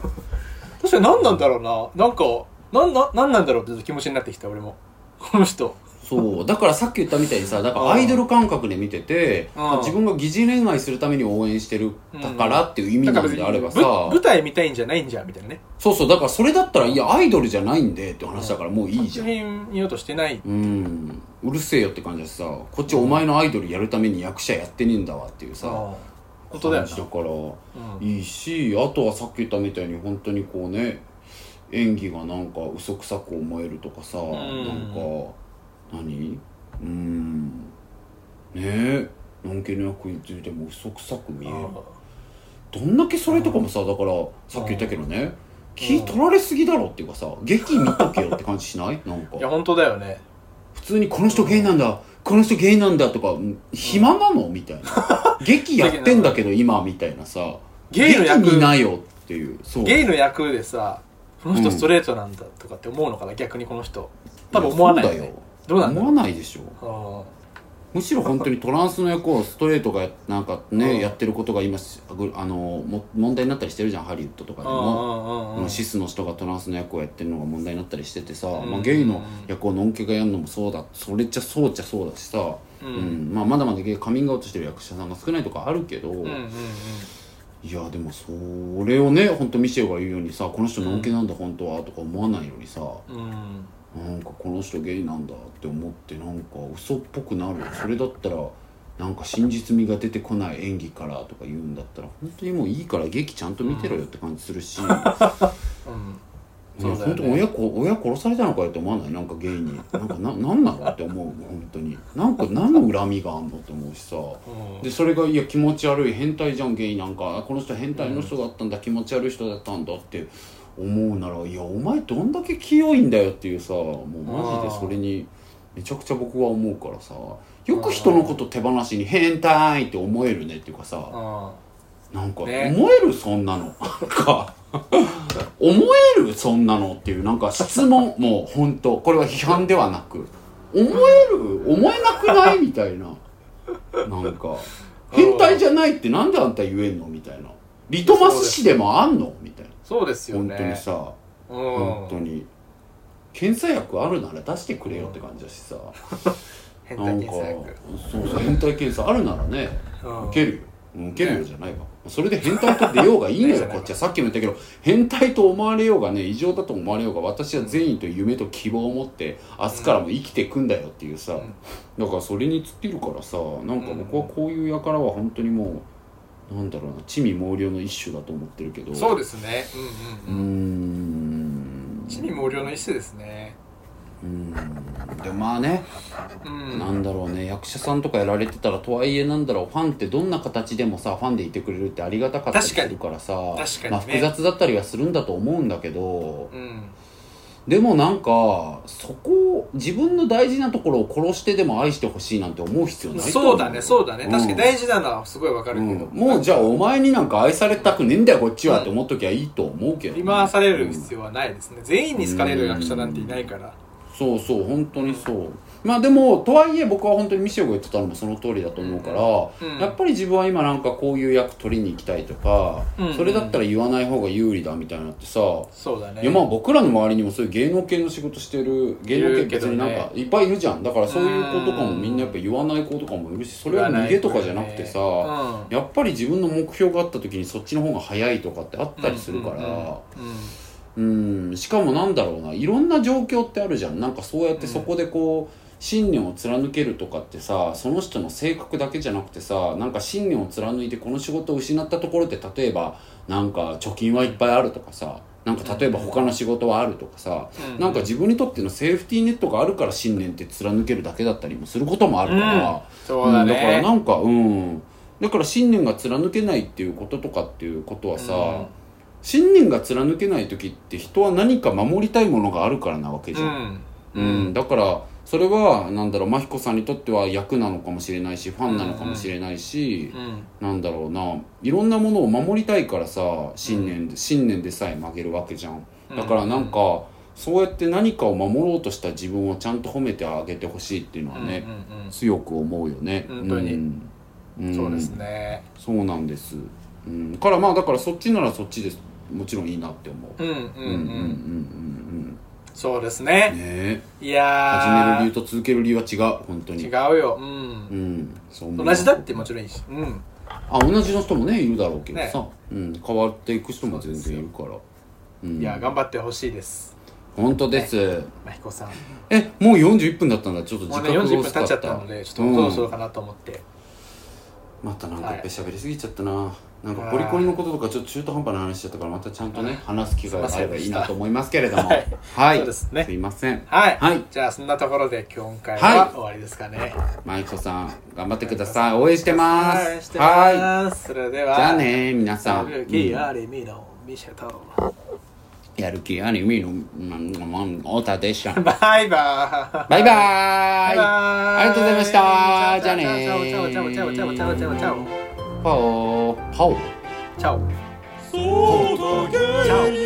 [SPEAKER 1] 確かに何なんだろうななんかなんな何なんだろうって気持ちになってきた俺もこの人
[SPEAKER 2] そうだからさっき言ったみたいにさだからアイドル感覚で見てて
[SPEAKER 1] うん
[SPEAKER 2] 自分が疑似恋愛するために応援してるだからっていう意味
[SPEAKER 1] だ
[SPEAKER 2] な
[SPEAKER 1] から
[SPEAKER 2] ん
[SPEAKER 1] 別に
[SPEAKER 2] であれば
[SPEAKER 1] ぶ
[SPEAKER 2] さ
[SPEAKER 1] 舞台見たいんじゃないんじゃみたいなね
[SPEAKER 2] そうそうだからそれだったらいやアイドルじゃないんでって話だからもういいじゃん
[SPEAKER 1] 作品見ようとしてない
[SPEAKER 2] うんうるせえよって感じだしさこっちお前のアイドルやるために役者やってねえんだわっていうさ
[SPEAKER 1] あ本当だよ
[SPEAKER 2] 感
[SPEAKER 1] な
[SPEAKER 2] じだから
[SPEAKER 1] うん
[SPEAKER 2] いいしあとはさっき言ったみたいに本当にこうね演技がなんか嘘くさく思えるとかさ、
[SPEAKER 1] ん
[SPEAKER 2] なんか何うーんねえのんけの役についても嘘くさく見えるどんだけそれとかもさだからさっき言ったけどね気取られすぎだろっていうかさ劇見とけよって感じしないなん
[SPEAKER 1] いや
[SPEAKER 2] か
[SPEAKER 1] 本当だよね
[SPEAKER 2] 普通にこの人ゲイなんだこの人ゲイなんだとかうん暇なのみたい な劇やってんだけど今みたいなさ
[SPEAKER 1] ゲイの役
[SPEAKER 2] 劇見なよっていうそう
[SPEAKER 1] ゲイの役でさこの
[SPEAKER 2] う
[SPEAKER 1] 人
[SPEAKER 2] ん
[SPEAKER 1] ストレートなんだとかって思うのかな、逆にこの人多分思わないよ,、
[SPEAKER 2] いや
[SPEAKER 1] ね、
[SPEAKER 2] そうだよ
[SPEAKER 1] どうなんだろ
[SPEAKER 2] 思わないでしょ
[SPEAKER 1] うあ
[SPEAKER 2] むしろ本当にトランスの役をストレートがやなんかね、
[SPEAKER 1] うん
[SPEAKER 2] やってることが今しぐあのも問題になったりしてるじゃんハリウッドとか
[SPEAKER 1] ー
[SPEAKER 2] でも、
[SPEAKER 1] うんうんうんうん
[SPEAKER 2] シスの人がトランスの役をやってるのが問題になったりしててさ、
[SPEAKER 1] ん
[SPEAKER 2] まあ、ゲイの役をのんけがやるのもそうだそれっちゃそうっちゃそうだしさ、
[SPEAKER 1] う
[SPEAKER 2] うんんまあ、まだまだゲイカミングアウトしてる役者さんが少ないとかあるけど、
[SPEAKER 1] うんうんうん
[SPEAKER 2] いやでもそれをね本当ミシェルが言うようにさこの人のんけなんだ本当はとか思わないのにさ、
[SPEAKER 1] うん
[SPEAKER 2] なんかこの人ゲイなんだって思ってなんか嘘っぽくなるそれだったらなんか真実味が出てこない演技からとか言うんだったら本当にもういいから劇ちゃんと見てろよって感じするし、
[SPEAKER 1] うん
[SPEAKER 2] ね
[SPEAKER 1] そうだ
[SPEAKER 2] 本
[SPEAKER 1] よね
[SPEAKER 2] 当親子親殺されたのかよって思わないなんかゲイになんかな なんなのって思う本当になんか何の恨みがあんのって思うしさ
[SPEAKER 1] うん
[SPEAKER 2] でそれがいや気持ち悪い変態じゃんゲイなんかあこの人変態の人だったんだ、気持ち悪い人だったんだって思うならいやお前どんだけ清いんだよっていうさもうマジでそれにめちゃくちゃ僕は思うからさよく人のこと手放しに変態って思えるねっていうかさ、
[SPEAKER 1] あ
[SPEAKER 2] なんか思
[SPEAKER 1] ね
[SPEAKER 2] えるそんなの なんか思えるそんなのっていうなんか質問 もう本当これは批判ではなく思える思えなくないみたいななんか変態じゃないってなんであんた言えんのみたいなリトマス紙でもあんのみたいな
[SPEAKER 1] そうですよ
[SPEAKER 2] 本当に
[SPEAKER 1] ね
[SPEAKER 2] さ
[SPEAKER 1] うん
[SPEAKER 2] 本当に検査薬あるなら出してくれよって感じだしさ
[SPEAKER 1] 変
[SPEAKER 2] な
[SPEAKER 1] 態
[SPEAKER 2] んか
[SPEAKER 1] 検査役
[SPEAKER 2] そうそう変態検査あるならね
[SPEAKER 1] うん
[SPEAKER 2] 受けるようん受けるよじゃないわ、それで変態と出ようがいいの
[SPEAKER 1] いいじ
[SPEAKER 2] よ
[SPEAKER 1] ゃない
[SPEAKER 2] こっちはさっきも言ったけど変態と思われようがね異常だと思われようが私は善意と夢と希望を持って明日からも生きていくんだよっていうさ、
[SPEAKER 1] うん
[SPEAKER 2] だからそれに尽きるからさなんか僕はこういう輩は本当にもうなんだろうな地味猛量の一種だと思ってるけど
[SPEAKER 1] そ
[SPEAKER 2] で
[SPEAKER 1] うですねう
[SPEAKER 2] うー
[SPEAKER 1] んうんうん
[SPEAKER 2] ん
[SPEAKER 1] 地味猛量の一種ですね
[SPEAKER 2] うーんでもまあね
[SPEAKER 1] うん
[SPEAKER 2] なんだろうね役者さんとかやられてたらとはいえなんだろうファンってどんな形でもさファンでいてくれるってありがたかったりす
[SPEAKER 1] 確かに
[SPEAKER 2] るからさ
[SPEAKER 1] 確かにね
[SPEAKER 2] まあ、複雑だったりはするんだと思うんだけど
[SPEAKER 1] うん
[SPEAKER 2] でもなんかそこを自分の大事なところを殺してでも愛してほしいなんて思う必要ないと思
[SPEAKER 1] そうだねそうだね確かに
[SPEAKER 2] うん
[SPEAKER 1] 大事なのはすごいわかる
[SPEAKER 2] う
[SPEAKER 1] け
[SPEAKER 2] ん
[SPEAKER 1] ど
[SPEAKER 2] もうじゃあお前になんか愛されたくねえんだよこっちはって思っときゃいいと思うけどね、
[SPEAKER 1] 振り回される必要はないですね全員に好かれる役者なんていないから
[SPEAKER 2] そうそう本当にそうまあでもとはいえ僕は本当にミシェルが言ってたのもその通りだと思うから、
[SPEAKER 1] うん
[SPEAKER 2] やっぱり自分は今なんかこういう役取りに行きたいとか、
[SPEAKER 1] うん
[SPEAKER 2] それだったら言わない方が有利だみたいなのってさ、
[SPEAKER 1] そうだね
[SPEAKER 2] いやまあ僕らの周りにもそういう芸能系の仕事してる芸能
[SPEAKER 1] い
[SPEAKER 2] 系
[SPEAKER 1] るけ
[SPEAKER 2] 別
[SPEAKER 1] どね
[SPEAKER 2] になんかいっぱいいるじゃんだからそういう子とかもみんなやっぱ言わない子とかもいるしそれは逃げとかじゃなくてさ、
[SPEAKER 1] うん
[SPEAKER 2] やっぱり自分の目標があった時にそっちの方が早いとかってあったりするから。
[SPEAKER 1] うんうん
[SPEAKER 2] うんしかもなんだろうないろんな状況ってあるじゃんなんかそうやってそこでこう、信念を貫けるとかってさその人の性格だけじゃなくてさなんか信念を貫いてこの仕事を失ったところで例えばなんか貯金はいっぱいあるとかさなんか例えば他の仕事はあるとかさ、
[SPEAKER 1] うん
[SPEAKER 2] なんか自分にとってのセーフティーネットがあるから信念って貫けるだけだったりもすることもあるから、
[SPEAKER 1] うんそうだ
[SPEAKER 2] ん、だから
[SPEAKER 1] ね
[SPEAKER 2] なんかうんだから信念が貫けないっていうこととかっていうことはさ、
[SPEAKER 1] うん
[SPEAKER 2] 信念が貫けない時って人は何か守りたいものがあるからなわけじ
[SPEAKER 1] う
[SPEAKER 2] ゃん、
[SPEAKER 1] ん
[SPEAKER 2] うんだからそれはなんだろう真彦さんにとっては役なのかもしれないしファンなのかもしれないし、
[SPEAKER 1] うん
[SPEAKER 2] なんだろうないろんなものを守りたいからさ信念で、信念でさえ曲げるわけじゃんだからなんか、そうやって何かを守ろうとした自分をちゃんと褒めてあげてほしいっていうのは
[SPEAKER 1] うんうん
[SPEAKER 2] ね、強く思うよね
[SPEAKER 1] 本当に
[SPEAKER 2] うんう
[SPEAKER 1] うん
[SPEAKER 2] ん
[SPEAKER 1] そうですね
[SPEAKER 2] そうなんです、うん、からまあだからそっちならそっちですもちろんいいなって思う
[SPEAKER 1] うんうん
[SPEAKER 2] うんうんうん
[SPEAKER 1] うん
[SPEAKER 2] うん
[SPEAKER 1] そうです
[SPEAKER 2] うんね
[SPEAKER 1] ね
[SPEAKER 2] え始
[SPEAKER 1] い
[SPEAKER 2] める
[SPEAKER 1] や
[SPEAKER 2] 理由
[SPEAKER 1] ー
[SPEAKER 2] と続ける理由は違う本当に
[SPEAKER 1] 違うよう
[SPEAKER 2] うんんそう思う
[SPEAKER 1] 同じだってもちろんいいしうん
[SPEAKER 2] あ同じの人もねいるだろうけどさ、
[SPEAKER 1] ね
[SPEAKER 2] うん、変わっていく人も全然いるからうん
[SPEAKER 1] いや頑張ってほしいです
[SPEAKER 2] 本当です、
[SPEAKER 1] まひこさん
[SPEAKER 2] えもう41分だったんだちょっと時
[SPEAKER 1] もう
[SPEAKER 2] 間
[SPEAKER 1] ね
[SPEAKER 2] が
[SPEAKER 1] 40
[SPEAKER 2] 遅
[SPEAKER 1] 分
[SPEAKER 2] か
[SPEAKER 1] 経っ
[SPEAKER 2] っ
[SPEAKER 1] ちゃ
[SPEAKER 2] た
[SPEAKER 1] ったのでちょっと
[SPEAKER 2] うん
[SPEAKER 1] そろそろかなと思って
[SPEAKER 2] またなんか
[SPEAKER 1] はい
[SPEAKER 2] やっぱり喋りすぎちゃったな、なんかポリコリのこととかちょっと中途半端な話しちゃったからまたちゃんとね話す機会があればいいなと思いますけれども
[SPEAKER 1] はい
[SPEAKER 2] はい
[SPEAKER 1] そうですね
[SPEAKER 2] いません
[SPEAKER 1] はい
[SPEAKER 2] はい
[SPEAKER 1] じゃあそんなところで今回
[SPEAKER 2] は
[SPEAKER 1] はい終わりですかね
[SPEAKER 2] マイコさん頑張ってください応援してます
[SPEAKER 1] はいして
[SPEAKER 2] はい
[SPEAKER 1] ますそれでは
[SPEAKER 2] じゃあね皆さん、
[SPEAKER 1] 勇気ありみのミシェと
[SPEAKER 2] やる気ある意味のうんおたでした
[SPEAKER 1] バイバーイ
[SPEAKER 2] バイバーイ
[SPEAKER 1] あ
[SPEAKER 2] ありがとうございましたじゃあね
[SPEAKER 1] チャオチャオチャオチャオチャオチャオチャオチャオ
[SPEAKER 2] パオパオ
[SPEAKER 1] チャオ
[SPEAKER 3] そうだけに